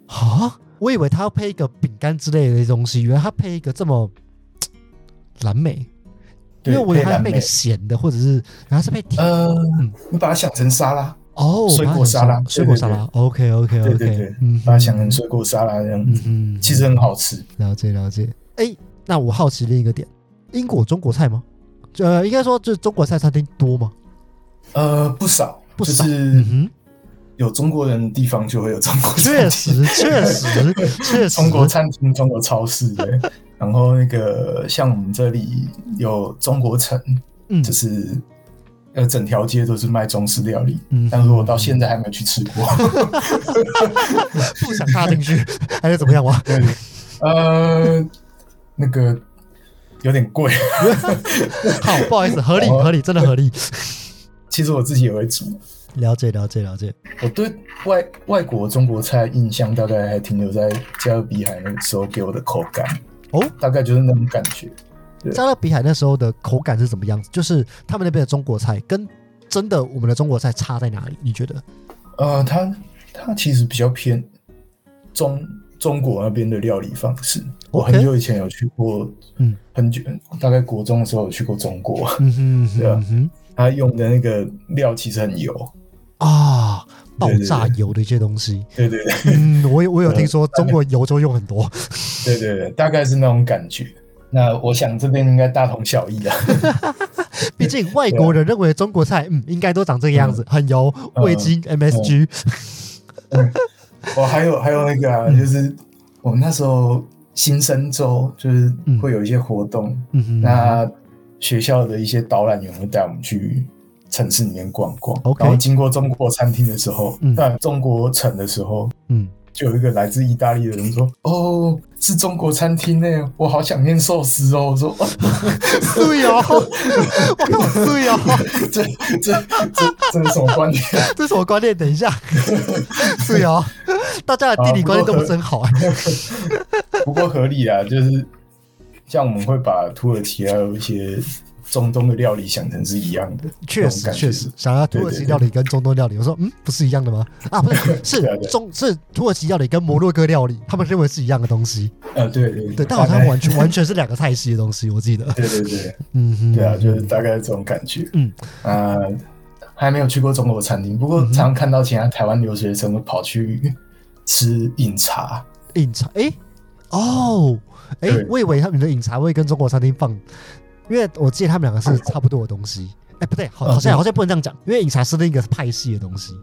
啊，我以为它要配一个饼干之类的东西，原来它配一个这么蓝莓，因对，为我以为配它蓝配莓个。咸的，或者是然后是配甜呃嗯，你把它想成沙拉，哦，水把它果想沙拉成水对果对沙对拉，OK OK 对 OK，对对，嗯，把它想成水果沙拉这样嗯子，嗯，其实很好吃。了解了解。哎、那我好奇另一个点，英国中国菜吗？呃，应该说就是中国菜餐厅多吗？呃，不少，不就少是嗯有中国人的地方就会有中国哼，确餐 厅，实确实确实，中国餐厅、中国超市 对。然后那个像我们这里有中国城，嗯就是呃整条街都是卖中式料理，嗯但是我到现在还没有去吃过。不想踏进去，还是怎么样 哇？对， 呃，那个有点贵， 好，不好意思，合理合理，真的合理。其实我自己也会煮。了解了解了解。我对外外国中国菜印象大概还停留在加勒比海那个时候给我的口感，哦，大概就是那种感觉。对加勒比海那时候的口感是怎么样子？就是他们那边的中国菜跟真的我们的中国菜差在哪里？你觉得？呃，它它其实比较偏中中国那边的料理方式。我 OK 很久以前有去过，嗯，很久大概国中的时候有去过中国，嗯哼对啊嗯哼它用的那个料其实很油。啊，爆对对炸对油的一些东 西。对对对嗯，我有我有呃听说中国油就用很多。对对对，大概是那种感觉。那我想这边应该大同小异啊。毕竟外国人认为中国菜，嗯，应该都长这个样子，很油、嗯味精、MSG。 哦，还有还有那个、啊，就是我们那时候新生周，就是会有一些活动，嗯哼，那学校的一些导览员会带我们去城市里面逛逛。 OK 然后经过中国餐厅的时候，嗯那、中国城的时候。嗯，就有一个来自意大利的人说：“哦，是中国餐厅呢，我好想念寿司哦。”我说：“ 哦，对 哦，我看我对哦，这这这这是什么观点？这是什么观念？等一下， 对哦，大家的地理观念都不是很好 啊。不过合理啊，就是像我们会把土耳其还有一些中东的料理想成是一样的，确实那种感觉确实，想要土耳其料理跟中东料理，我说嗯，不是一样的吗？啊，不 是，是对啊对啊中是土耳其料理跟摩洛哥料理，他们认为是一样的东西，呃，对对对，但大好像概完 全完全是两个菜系的东西，我记得。对对对嗯哼，对啊，就是大概这种感觉。嗯，啊、还没有去过中国餐厅，不过常常看到其他台湾留学生会跑去吃饮茶。饮茶，诶，哦，诶，对我以为他们的饮茶会跟中国餐厅放，因为我记得他们两个是差不多的东西。诶，不对，好，嗯好像对好像不能这样讲，因为饮茶是另一个派系的东西。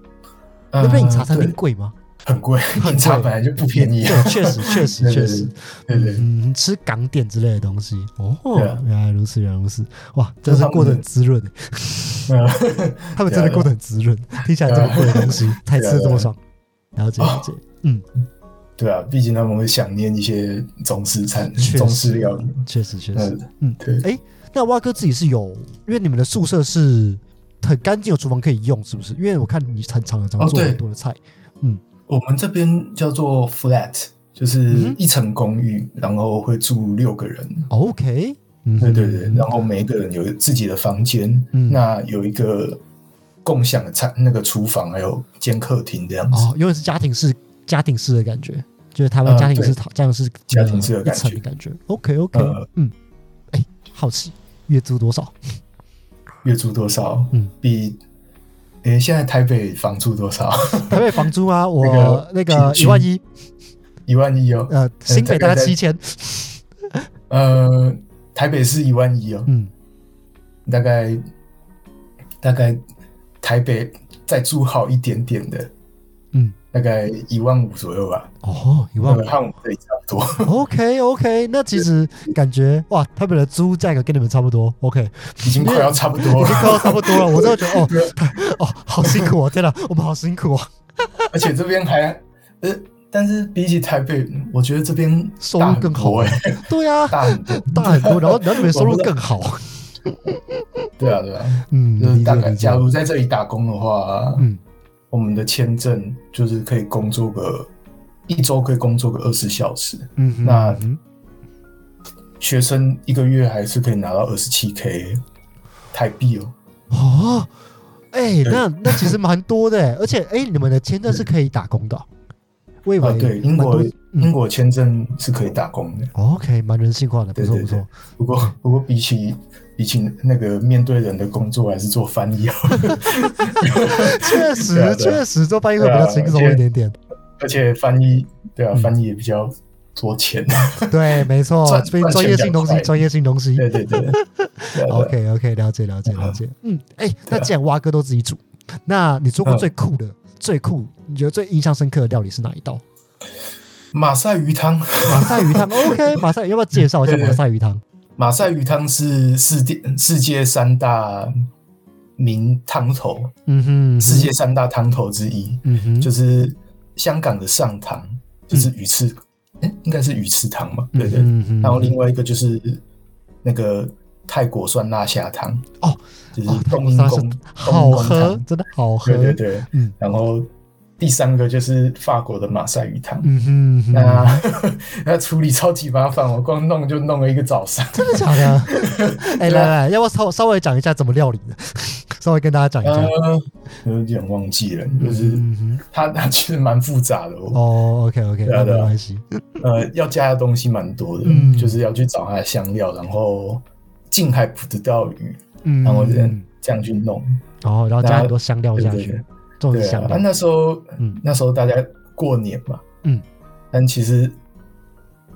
呃那边饮茶餐厅对贵吗？很贵，贵饮茶本来就不便宜。对，确实，确实， 对确对实。对对对，嗯，吃港点之类的东西。哦对啊，原来如此，原来如此。哇，这真是他们过得的很滋 润诶。欸嗯他们真的对啊啊过得很滋润，听起来这么贵的东西才吃得这么爽。了解，了解。嗯，对啊，毕竟他们会想念一些中式餐、确中式实料理。，确实，确实。嗯，嗯，对。哎、那蛙哥自己是有，因为你们的宿舍是很干净，有厨房可以用，是不是？因为我看你很常常哦做对很多的菜。我们这边叫做 flat，就是嗯一层公寓，然后会住六个人。 OK，嗯，对对对，然后每一个人有自己的房间，嗯那有一个共享的餐那个厨房，还有间客厅这样子。哦，因为是家庭式，家庭式的感觉，就是台湾呃家庭式，对家庭式，家庭式的呃感一层觉的感觉。OK，OK，、呃嗯，哎、好奇月租多 少？月租多少？嗯，比诶、现在台北房租多少？台北房租啊，我个那个一平万一，一万一哦。呃，新北大大概概在七千，呃，台北是一万一哦，嗯，大概大概台北再租好一点点的，嗯，大概一万五左右吧，哦，一万五 那个和我们这里差不多。 ，OK OK，那其实感觉哇，台北的租价格跟你们差不多，OK，已经快要差不已多经快了。要差不多了，我真的觉 得哦，太哦，好辛苦哦，天哪，我们好辛苦哦，而且这边还呃，但是比起台北，我觉得这边收入更好大很多欸，对呀、大很多。大很多，然后然后你们收入更好，对啊，对啊， 嗯，就是理解大概理解假，如在这里打工的话，嗯，我们的签证就是可以工作个一周，可以工作个二十小时。嗯哼，那嗯哼学生一个月还是可以拿到二十七 K 台币哦。哦，哎、对那那其实蛮多的，而且哎、你们的签证是可以打工的哦、我以为、啊，对，英国英国签证是可以打工的，哦 OK，蛮人性化的，不对错对不错。不过不过比起比起那个面对人的工作，还是做翻译好。确对啊实，对啊确实做翻译会比较轻松一点点。而且翻译，对嗯啊，翻译也比较多钱。 对，没错，赚所以赚钱专业性比较东西，快专业性东西。对对对，对啊对啊 OK OK，了解了解了解。嗯，哎，那既然蛙哥都自己煮，那你做过嗯最酷的、最酷，你觉得最印象深刻的料理是哪一道？马赛鱼汤，马赛鱼汤。OK，马 赛，要不要介绍一下对对马赛鱼汤？马赛鱼汤是世界世界三大名汤头，嗯哼，世界三大汤头之一，嗯哼，就是是香港的上汤，就是鱼翅，哎、应该是鱼翅汤吧？对对。嗯哼然后另外一个就是那个泰国酸辣虾汤，哦，就是哦，冬阴沙功，好冬阴功喝汤，，真的好喝。对对对。嗯然后第三个就是法国的马赛鱼汤。嗯哼嗯哼，那那处理超级麻烦，我光弄就弄了一个 早上。真的假 的？哎，啊来来，要不要稍稍微讲一下怎么料理的？ 稍微跟大家讲一下。呃，有点忘记了，就是嗯哼它它其实蛮复杂的，我哦，OK OK，对那啊对没啊关系。呃要加的东西蛮多的嗯，就是要去找它的香料，然后近海捕得到鱼，嗯，然后这样嗯这样去弄，哦，然后加那很多香料对下对去对，重视对啊香。啊料。那时候嗯那时候大家过年嘛，嗯，但其实。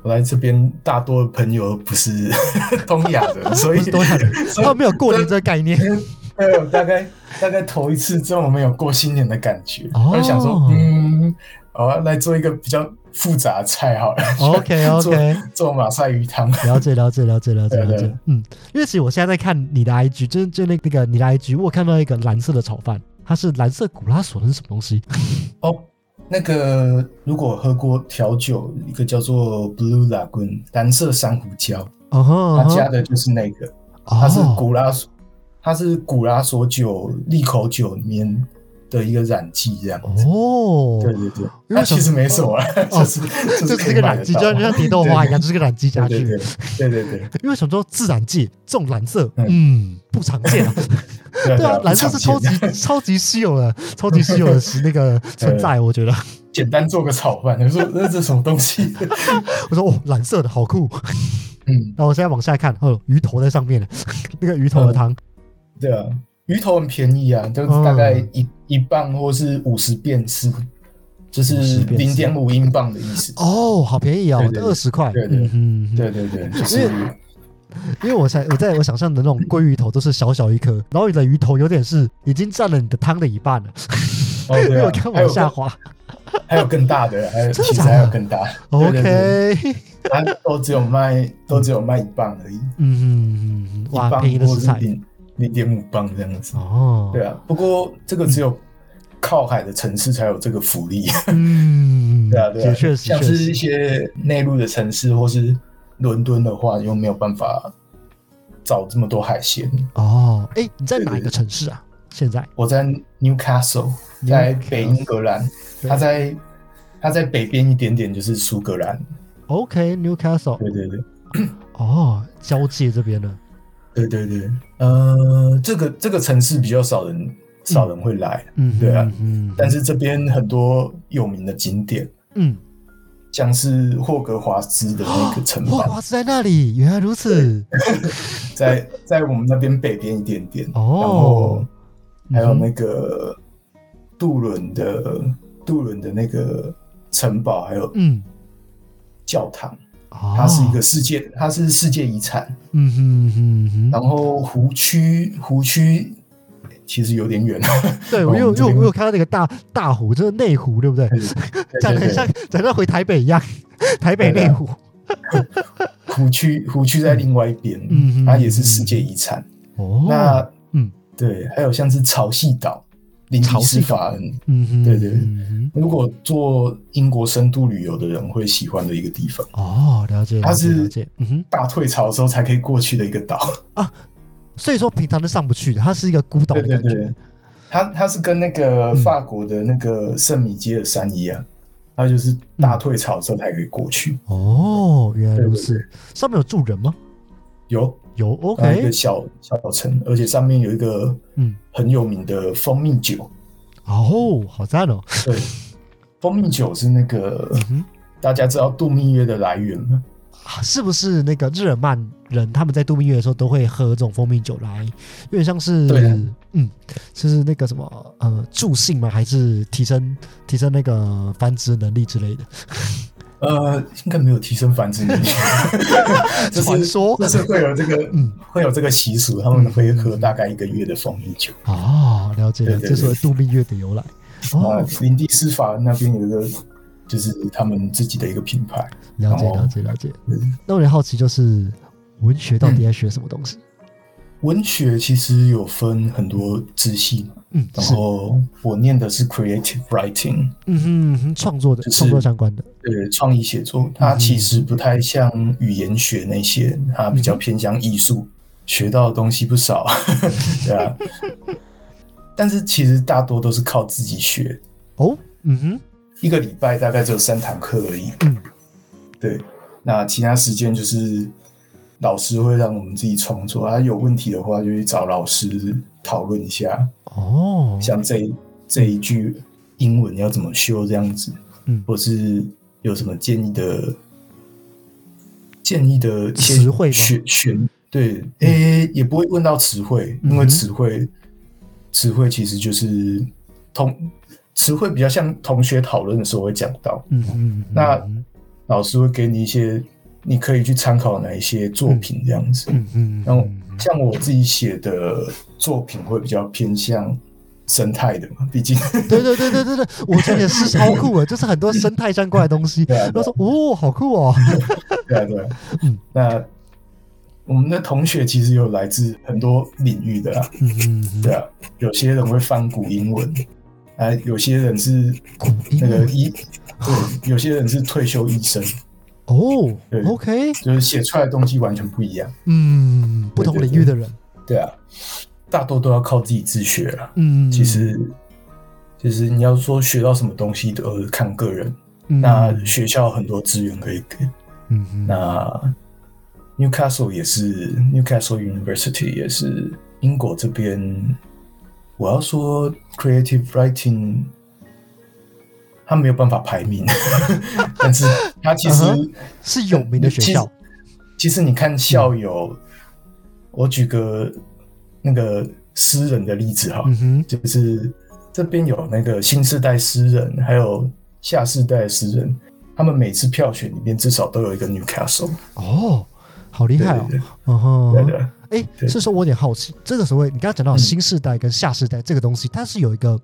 我来这边大多的朋友不是 东亚 的，所以不是东亚人，所以他没有过年这个概念。 对，我大概大概头一次这种没有过新年的感觉，哦我就想说，嗯，好啊，来做一个比较复杂的菜好了。 OK 做 OK，做马赛鱼汤，了解了解了解了解对了对解。嗯，因为其实我现在在看你的 IG，就是就那那个你的 IG，我有看到一个蓝色的炒饭，它是蓝色古拉索的是什么东西？哦。那个如果喝过调酒，一个叫做 Blue Lagoon 蓝色珊瑚礁，哦吼，它加哦的就是那个，吼，它是哦古拉索，它是古拉索酒利口酒里面的一个染剂，这样子。对哦，对对，因为它我想其实没什么啦， 就是这就是是个染哦剂，就像就像蝶豆花一样，就是个染剂对下对去。对对对 对。因为想说自然界这种蓝色，嗯嗯，不常见 啊。对对啊，蓝色是不超常级见超级稀有的，超级稀有的是那个存 在，我觉得。简单做个炒饭，你说那这什么东 西？我说哦，蓝色的好酷。嗯，然后我现在往下看，哦，鱼头在上面了， 那个鱼头的汤。对啊，鱼头很便宜啊，就是大概嗯一、一磅或是五十便士，就是50便零士点五英镑的意思。哦，好便宜哦对，对对二十块。对对嗯嗯嗯对对对，就是哦因为我想我在我想象的那种鲑鱼头都是小小一颗，然后你的鱼头有点是已经占了你的汤的一半了，哦， 因对为我啊，看还往有下更滑。还有更大的，还有真的其实假的还有更大。对对对 OK，它都只有卖都只有卖一磅而已，嗯嗯嗯，嗯一哇，磅便宜的或食是材零零点五磅这样子。哦。对啊，不过这个只有靠海的城市才有这个福利。嗯，对啊，对啊，也确实，像确是实，一些内陆的城市或是伦敦的话，又没有办法找这么多海鲜。哦，哎，你在哪一对个对城市啊？现在我在 Newcastle，在北英格兰，对它在它在北边一点点就是苏格兰。 OK，Newcastle，对对对哦，交界这边呢，对对对，呃，这个这个城市比较少人少人会来，嗯，对啊嗯，但是，是这边很多有名的景点，嗯，像是霍格华兹的那个城哇，堡，哇是在那里，原来如此，在在我们那边北边一点点，然后哦，还有嗯那个渡轮的渡轮的那个城堡，还有嗯，教堂，哦 它是一个，世界，它是世界遗产。嗯嗯哼嗯哼，然后湖区湖区其实有 点远。对，哦我有这因为边我有看到那个大大湖，就是内湖，对不对？讲的像讲到回台北一样， 台北内湖，湖区，湖区在另外一边，嗯它也是世界遗产。哦，那嗯对，还有像是潮汐岛、林潮尼汐斯岛法恩，嗯哼，对对对嗯哼如果做英国深度旅游的人会喜欢的一个地方，哦，了解，它了解，是了解，嗯哼，大退潮的时候才可以过去的一个岛。所以说平常都上不去的，它是一个孤岛 对的对感觉，对，它它是跟那个嗯法国的那个圣米基尔山一样，它就是大退潮之后才可以过去。哦，原来对如对啊此，上面有住人吗？有有它有一，OK，个小小城，而且上面有一个嗯，很有名的蜂蜜酒。哦，好赞哦，对， 蜂蜜酒是那个嗯大家知道度蜜月的来源吗？哼，啊是不是那个日耳曼人他们在度蜜月的时候都会喝这种蜂蜜酒来，有点像是对啊，嗯，就是那个什么呃助兴吗？还是提升提升那个繁殖能力之类的？呃，应该没有提升繁 殖能力，就是传说就是会有这个，嗯会有这个习俗，他们会喝大概一个月的蜂蜜酒。哦，了解了，啊对对这是我度蜜月的由来。啊、哦，林地司法那边有一个，就是他们自己的一个品牌。了解然后了解了解哦嗯。那我有点好奇，就是文学到底在学什么东西？文学其实有分很多支系嘛，嗯，然是，后我念的是 creative writing，嗯哼嗯哼，创作的就是创作相关的，对，创意写作，它其实不太像语言学那些，它比较偏向艺术，学到的东西不少， 对啊。但是其实大多都是靠自己学，哦，嗯哼，一个礼拜大概只有三堂课而已。嗯，对，那其他时间就是老师会让我们自己创作，啊，有问题的话就去找老师讨论一下，哦，像这一这一句英文要怎么修这样子，嗯或是有什么建议的建议的一些词汇吗选选对，诶、也不会问到词汇，因嗯为哼词汇词汇其实就是同词汇比较像同学讨论的时候会讲到，嗯哼嗯哼，那嗯老师会给你一些你可以去参考哪一些作品这样子，哼嗯然后哼，像我自己写的作品会比较偏向生态的嘛，毕竟对对对对对对，我觉得也是超酷的，就是很多生态相关的东西。对啊然后说哦，好酷哦，对啊对啊嗯，那我们的同学其实有来自很多领域的啦，嗯嗯 嗯对啊，有些人会翻古英文，啊，有些人是古音那个医，对，有些人是退休医生，哦对，OK，就是写出来的东西完全不一样，嗯，不同对对领域的人，对啊，大多都要靠自己自学啊。嗯，其实，其实你要说学到什么东西，都看个人。嗯那学校很多资源可以给，嗯嗯那 Newcastle 也是 Newcastle University 也是英国这边，我要说 creative writing，它没有办法排名，但是它其实、嗯哼是有名的学校，其实你看校友，我举个那个诗人的例子哈，嗯哼，就是这边有那个新世代诗人，还有下世代的诗人，他们每次票选里面至少都有一个 Newcastle，哦，好厉对害对哦，对嗯哼，对的，哎，对是说我有点好奇，这个所谓你刚刚讲到嗯新世代跟下世代这个东西，它是有一个，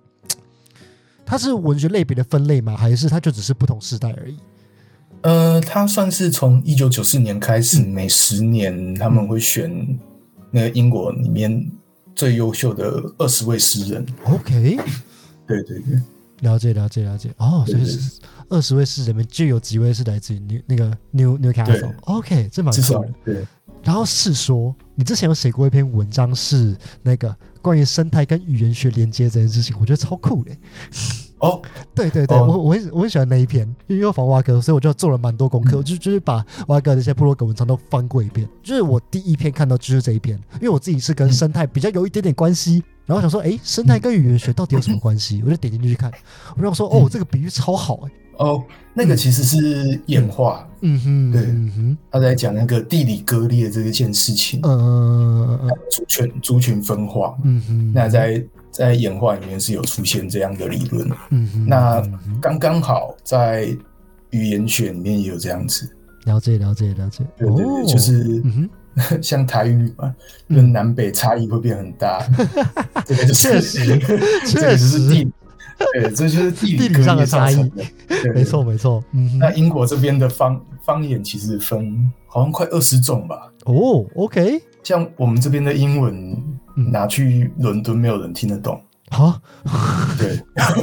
它是文学类别的分类吗？还是它就只是不同世代而已？呃，他算是从一九九四年开始，每十年他们会选那个英国里面最优秀的二十位诗人， OK，对对对，了解了解了解。哦，所对以对是二十位诗人里面就有几位是来自于 New 那个 New Newcastle 对。 OK，这蛮至酷少的。对然后是说，你之前有写过一篇文章，是那个关于生态跟语言学连接这件事情，我觉得超酷的。哦，对对对，哦我我很我很喜欢那一篇，因为要访蛙哥，所以我就做了蛮多功课，我就就是把蛙哥的一些部落格文章都翻过一遍。嗯就是我第一篇看到就是这一篇，因为我自己是跟嗯生态比较有一点点关系，然后想说，哎，生态跟语言学到底有什么关系？我就点进去看，我想说，哦，这个比喻超好哎、哦，那个其实是演化，嗯哼，对嗯哼，他在讲那个地理割裂这一件事情，呃，族群族群分化，嗯哼，那在在演化里面是有出现这样的理论，嗯哼，那嗯哼刚刚好在语言学里面也有这样子，了解了解了解，对对对，哦就是嗯哼， 嗯像台语嘛，就是南北差异会变很 大。这个就是确 实这个确就是实，地，对，这就是地地理理隔上的离造差异成的。对对没错没错，嗯那哼，英国这边的方方言其实分好像快二十种吧，哦，OK，像我们这边的英文嗯拿去伦敦没有人听得懂，好，对，啊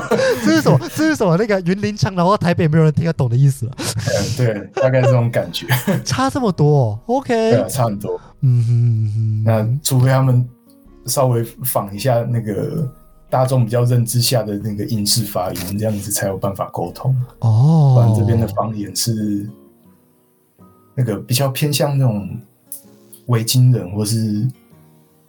这是什么？这是什么？那个云林腔，然后台北没有人听得懂的意思了，啊呃对，大概这种感觉，哎差这么多 对啊， ，OK，差很多。嗯哼嗯那哼，除非他们稍微仿一下那个大众比较认知下的那个英式发音，这样子才有办法沟通。不然哦，这边的方言是那个比较偏向那种维京人或是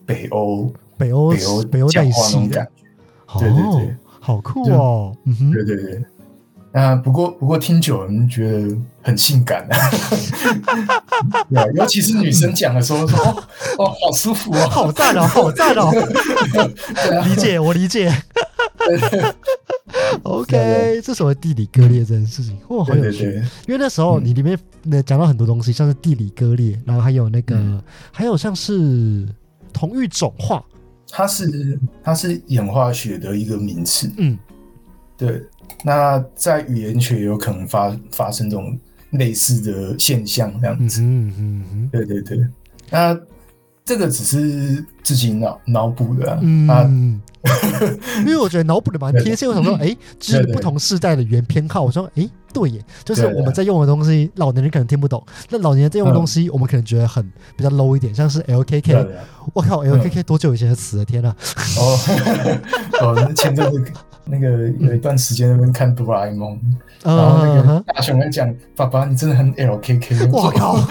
北欧北欧北欧哦北欧讲那一话那种系感的，哦觉。对对对，好酷哦，嗯哼，对对对。那不过不过听久了，你觉得很性感 啊，对啊，尤其是女生讲的时候说哦哦好舒服哦，好赞 哦，好赞哦，对啊理解，我理解。OK，这什么地理割裂这件事情，哇，好对有对趣。对，因为那时候嗯你里面那讲到很多东西，像是地理割裂，然后还有那个，嗯还有像是同育种化，它是它是演化学的一个名词，嗯，对，那在语言学有可能发发生这种类似的现象，这样嗯子。哼嗯对对对，那这个只是自己脑脑补的、啊，哼啊，嗯， 因为我觉得脑补的蛮贴切，我想说，哎、知 对对不同世代的语言偏好，我说，哎、对耶，就是对对我们在用的东西，老年人可能听不懂，那老年人在用的嗯东西，我们可能觉得很比较 low 一点，像是对 LKK，的。我靠，LKK 多久以前的词了？啊天呐，哦 哦，那前阵子 那个有一段时间那边看哆啦 A 梦，然后那嗯个， 大雄在讲：“爸爸，你真的很 LKK。”我靠，我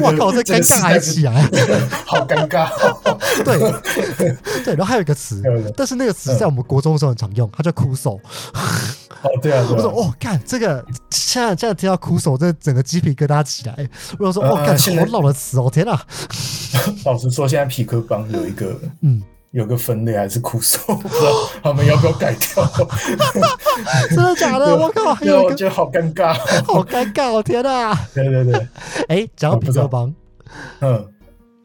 说个我靠，这这尴个时尬代还起来。 好尴尬 哦。对对，然后还有一个词还有一个，嗯但是那个词在我们国中的时候很常用，它叫哭手。哦，对啊，我对说啊。哦，干这个，现在现在听到哭手，这整个鸡皮疙瘩起来。我说呃哦，干现好在老的词哦，天哪！老实说，现在皮克邦有一个嗯，有个分类还是酷手， 我不知道他们要不要改 掉。 真的假的？我靠，还对啊，有我一个觉得好尴 尬。好尴尬哦，天哪！对对对，哎，讲到哦我不彼知得道邦，嗯，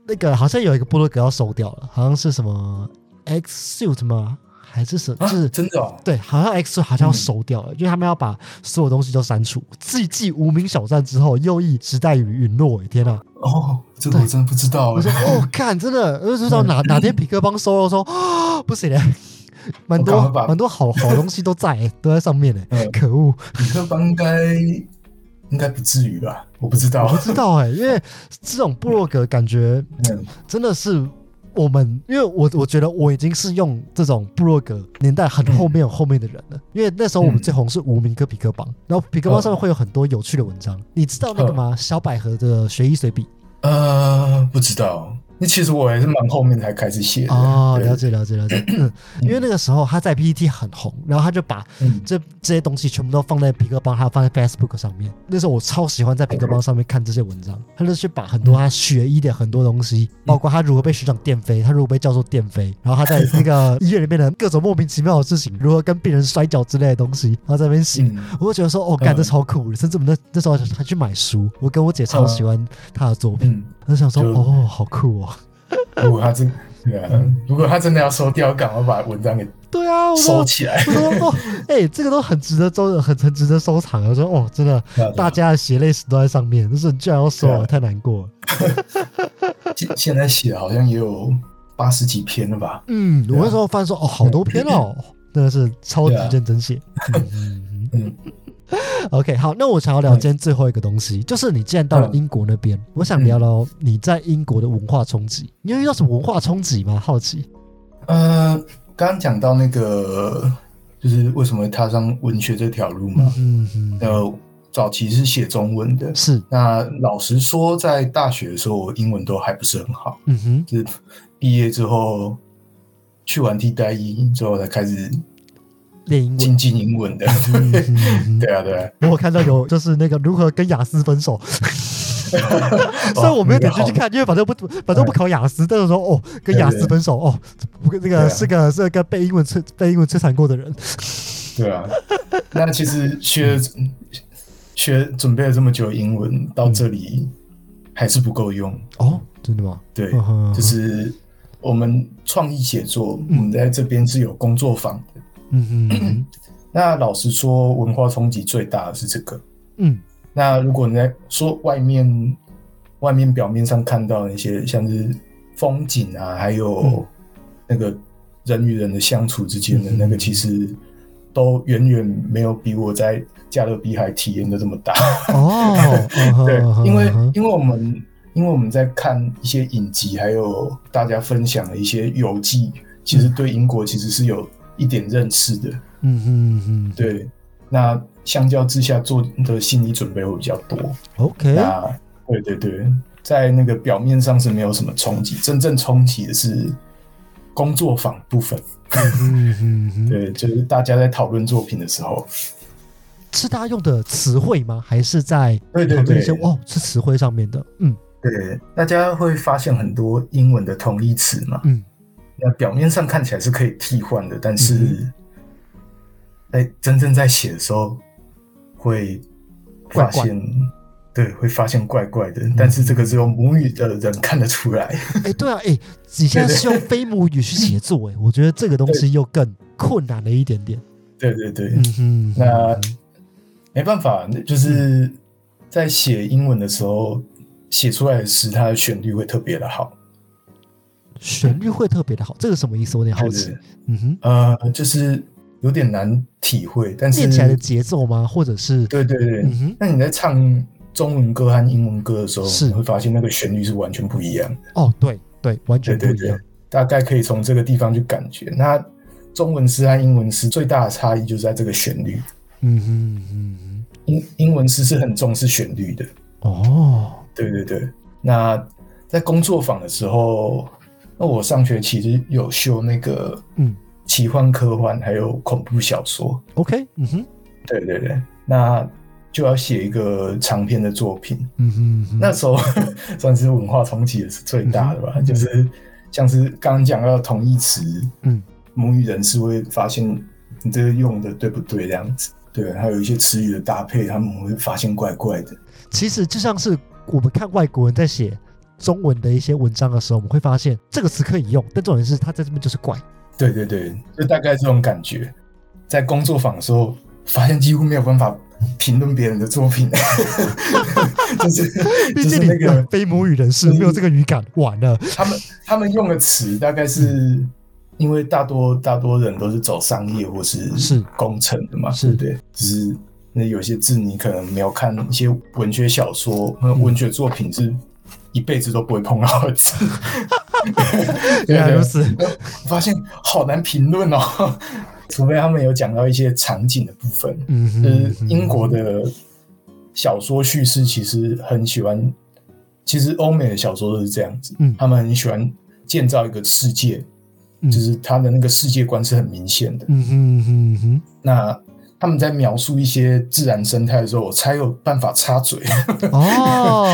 那个好像有一个部落格要收掉了，好像是什么 X Suit 吗？还是什？就啊是，真的哦，对，好像 X 好像要嗯收掉了，因为他们要把所有东西都删除。继继无名小站之后，又一时代与陨落，哎天呐！哦，这个我真的不知道欸我。说 哦，看真的，我就知道嗯哪哪天匹克帮收了，说啊不行嘞， 蛮我多赶快把蛮多好好东西都在 欸都在上面嘞，嗯可恶，皮克邦应该应该不至于吧？我不知我不道。知道哎，因为这种部落格感觉嗯，真的是我们，因为我我觉得我已经是用这种部落格年代很后面很后面的人了，因为那时候我们嗯最红是无名跟匹克帮，然后匹克帮上面会有很多有趣的文章，你知道那个嗯吗？小百合的学医随笔呃，不知道。那其实我也是蛮后面才开始写的。哦，对了。解了解了 解，嗯因为那个时候他在 PPT 很红，然后他就把嗯这这些东西全部都放在皮克邦，还有放在 Facebook 上面。那时候我超喜欢在皮克邦上面看这些文章，他就去把很多他学医的很多东西，嗯包括他如何被学长电飞，他如何被教授电飞，然后他在那 个医院里面的各种莫名其妙的事情，如何跟病人摔跤之类的东西，然后在那边写。嗯，我就觉得说，哦，干嗯这超酷的，甚至我们那那时候还去买书，我跟我姐超喜欢他的作品，嗯，我就想说，就哦，好酷 哦，如果他真，对啊，如果他真的要收掉，赶快把文章给对啊，我收说起来。我说哦，哎、这个都很值得收，很很值得收藏。我说哦，真的对啊对啊，大家的血泪史都在上面，就是你居然要收对了，啊太难过了。现现在写好像也有八十几篇了吧？嗯，啊我那时候发现说哦，好多篇 哦，真的是超级认真写。嗯嗯 OK，好，那我想要聊今天最后一个东西，就是你既然到了嗯英国那边，我想聊聊你在英国的文化冲击。你有遇到什么文化冲击吗？好奇。呃，刚刚讲到那个，就是为什么会踏上文学这条路嘛？嗯嗯，嗯呃，早期是写中文的。是，那老实说，在大学的时候，我英文都还不是很好。嗯哼，就是毕业之后，去完替代役之后，才开始练英文。精进英文的。嗯嗯嗯嗯对啊，对啊。我有看到有就是那个如何跟雅思分 手，虽然我没有点进去看，因为反正不反正不考雅思，但是说哦，跟雅思分手哦，不跟那对个啊是个是个被英文摧被英文摧残过的人，对啊，那其实学学准备了这么久英文，到这里、还是不够用。哦，真的吗？对，嗯哼就是我们创意写作，嗯我们在这边是有工作坊的。嗯嗯那老实说，文化冲击最大的是这个。嗯那如果你在说外面，外面表面上看到的一些像是风景啊，还有嗯那个人与人的相处之间的嗯那个，其实都远远没有比我在加勒比海体验的这么大。嗯，哦，嗯哼对嗯，哼因为嗯哼因为我们因为我们在看一些影集，还有大家分享的一些游记，其实对英国其实是有一点认识的。嗯哼嗯哼对，那相较之下做的心理准备会比较多。 ，OK，那对啊对对，在那个表面上是没有什么冲击，真正冲击的是工作坊部分。嗯哼嗯哼，对，就是大家在讨论作品的时候，是大家用的词汇吗？还是在对对讨论一对些哦，是词汇上面的，嗯对，大家会发现很多英文的同义词嘛，嗯那表面上看起来是可以替换的，但嗯是在真正在写的时候会怪发怪嗯现。对，会发现怪怪的，但是这个只有母语的人看得出来。哎，对啊，哎，你现在是用非母语去写作，哎，我觉得这个东西又更困难了一点点。对对对，嗯哼，那没办法，那嗯就是在写英文的时候，写出来的诗，它的旋律会特别的好。旋律会特别的好，这个什么意思？我有点好就奇是。嗯哼，呃，就是有点难体会，但是念起来的节奏吗？或者是对对对。嗯哼，那你在唱中文歌和英文歌的时候，是你会发现那个旋律是完全不一样的。哦，对对，完全对不对一对样。，大概可以从这个地方去感觉。那中文诗和英文诗最大的差异就是在这个旋律。嗯哼嗯英英文诗是很重视旋律的，哼，哦，对对对，那在工作坊的时候，那我上学期就是有修那个嗯奇幻科幻还有恐怖小说， ，OK，嗯哼，对对对，那就要写一个长篇的作品。嗯哼，嗯哼那时候 算是文化冲击也是最大的吧，嗯哼就是像是刚刚讲到的同义词，嗯，母语人士会发现你这个用的对不对这样子，对，还有一些词语的搭配，他们会发现怪怪的。其实就像是我们看外国人在写中文的一些文章的时候，我们会发现这个词可以用，但重点是它在这边就是怪。对对对，就大概这种感觉。在工作坊的时候，发现几乎没有办法评论别人的作品， 就是 毕竟就是你那个非母语人士就是没有这个语感，完了。他们他们用的词，大概是因为大多大多人都是走商业或是是工程的嘛，是对不对？只是那有些字你可能没有看一些文学小说、嗯那文学作品是。一辈子都不会碰到的字， 对原来对如此。我发现好难评论哦，除非他们有讲到一些场景的部分， 嗯哼，就是嗯哼呃英国的小说叙事其实很喜欢，其实欧美的小说都是这样子，嗯他们很喜欢建造一个世界，嗯就是他的那个世界观是很明显的。嗯哼嗯哼嗯哼，那他们在描述一些自然生态的时候，我才有办法 插嘴。 哦，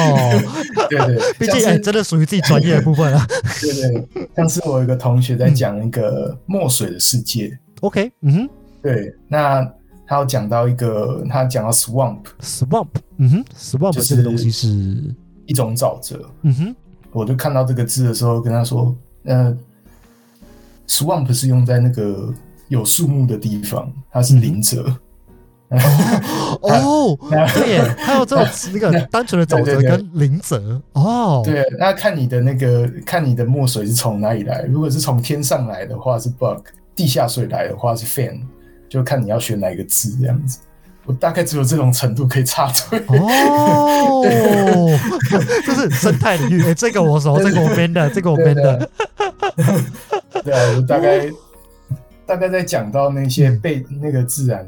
对对，毕像竟是哎，真的属于自己专业的部分啊。对对，像是我有一个同学在讲一个墨水的世界， OK，嗯哼对，那他有讲到一个，他讲到 swamp ，Swamp，嗯哼，Swamp 就是这个东西是，一种沼泽，嗯哼，我就看到这个字的时候，跟他说，呃，swamp 是用在那个有树木的地方，它是林泽。哦，对耶，还有这 种那个单纯的沼对泽对对跟林泽，哦，对，那看你的那个，看你的墨水是从哪里来。如果是从天上来的话是 bug，地下水来的话是 fan，就看你要选哪一个字这样子。我大概只有这种程度可以插嘴。哦， 这是生态领域，哎、这个我熟，这个我编的，这个我编的，对啊，我大概大概在讲到那些被那个自然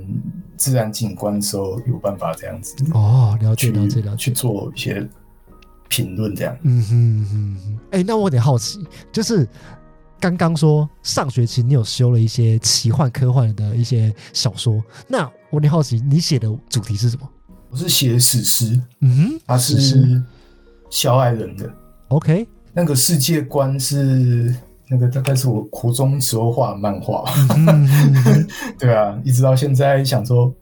自然景观的时候，有办法这样子。哦，了解去了解了解去，做一些评论这样。嗯哼嗯哼嗯哼，哎、那我有点好奇，就是刚刚说上学期你有修了一些奇幻科幻的一些小说，那我有点好奇，你写的主题是什么？我是写史诗，嗯它史诗是小矮人的，OK，那个世界观是那个大概是我国中时候画的漫画，嗯哼嗯哼嗯哼， 对啊，一直到现在想说，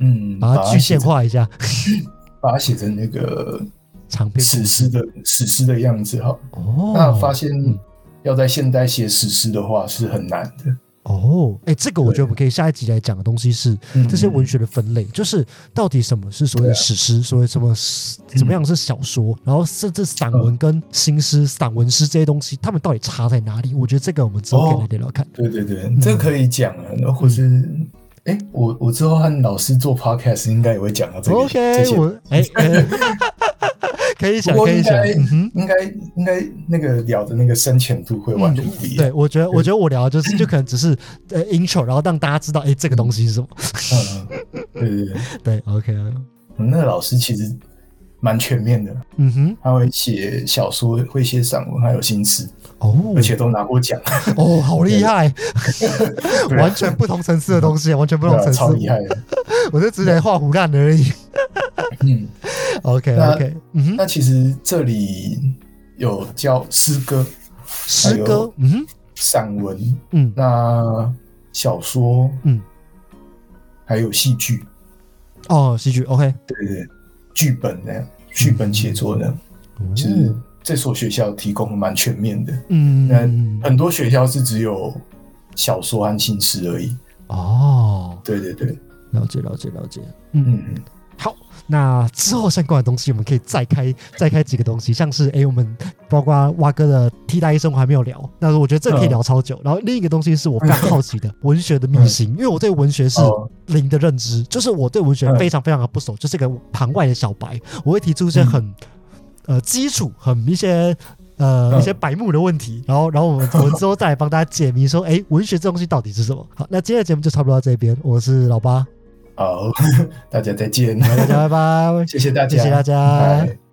嗯，把它具啊写现成，化一下，把它写成那个长篇史诗的史诗的样子哈。哦，那发现嗯要在现代写史诗的话是很难的。哦，哎、这个我觉得我们可以下一集来讲的东西是嗯啊这些文学的分类，就是到底什么是所谓的史诗，所谓什么是嗯怎么样是小说，然后甚至散文跟新诗、散文诗这些东西，他们到底差在哪里？我觉得这个我们之后哦可以来聊聊看。对对对，嗯这个可以讲啊，那或是哎、我我之后和老师做 podcast 应该也会讲到这个。这 OK，些我 哎、哎可以想，不过可以应想，该嗯哼。应该应该那个聊的那个深浅度会完全不一样。嗯对，我觉得，嗯我觉得我聊的就是就可能只是呃 intro，然后让大家知道，哎、这个东西是什么。嗯，嗯对对对，对，OK，我们那个老师其实蛮全面的，嗯哼，他会写小说，会写散文，还有新诗，哦而，且都拿过奖，哦，好厉害，对 啊完全不同层次的东 西，完全不对同啊层次，超厉 害的。我就只来画胡烂而已。 嗯， OK 那 OK，嗯哼，那其实这里有教诗歌、诗歌，嗯哼散文、嗯那小说，嗯，还有戏剧，哦，戏剧 OK，对对对，剧本那样，剧本写作呢，其实嗯这所学校提供蛮全面的。嗯嗯，很多学校是只有小说和新诗而已。哦，对对对，了解了解了解，嗯。嗯嗯，好，那之后相关的东西，我们可以再开再开几个东西，像是诶，我们包括蛙哥的替代医生活还没有聊，那我觉得这个嗯可以聊超久。然后另一个东西是我非常好奇的文学的秘辛，因为我对文学是嗯哦嗯零的认知，就是我对文学非常非常的不熟，就是一个旁外的小白，我会提出一些很、呃基础、很一些。呃，嗯一些白目的问题，然后，然后我 们我们之后再来帮大家解谜，说，诶，文学这东西到底是什么？好，那今天的节目就差不多到这边，我是老八，好，大家再见， 大家拜拜，谢谢大家，谢谢大家拜拜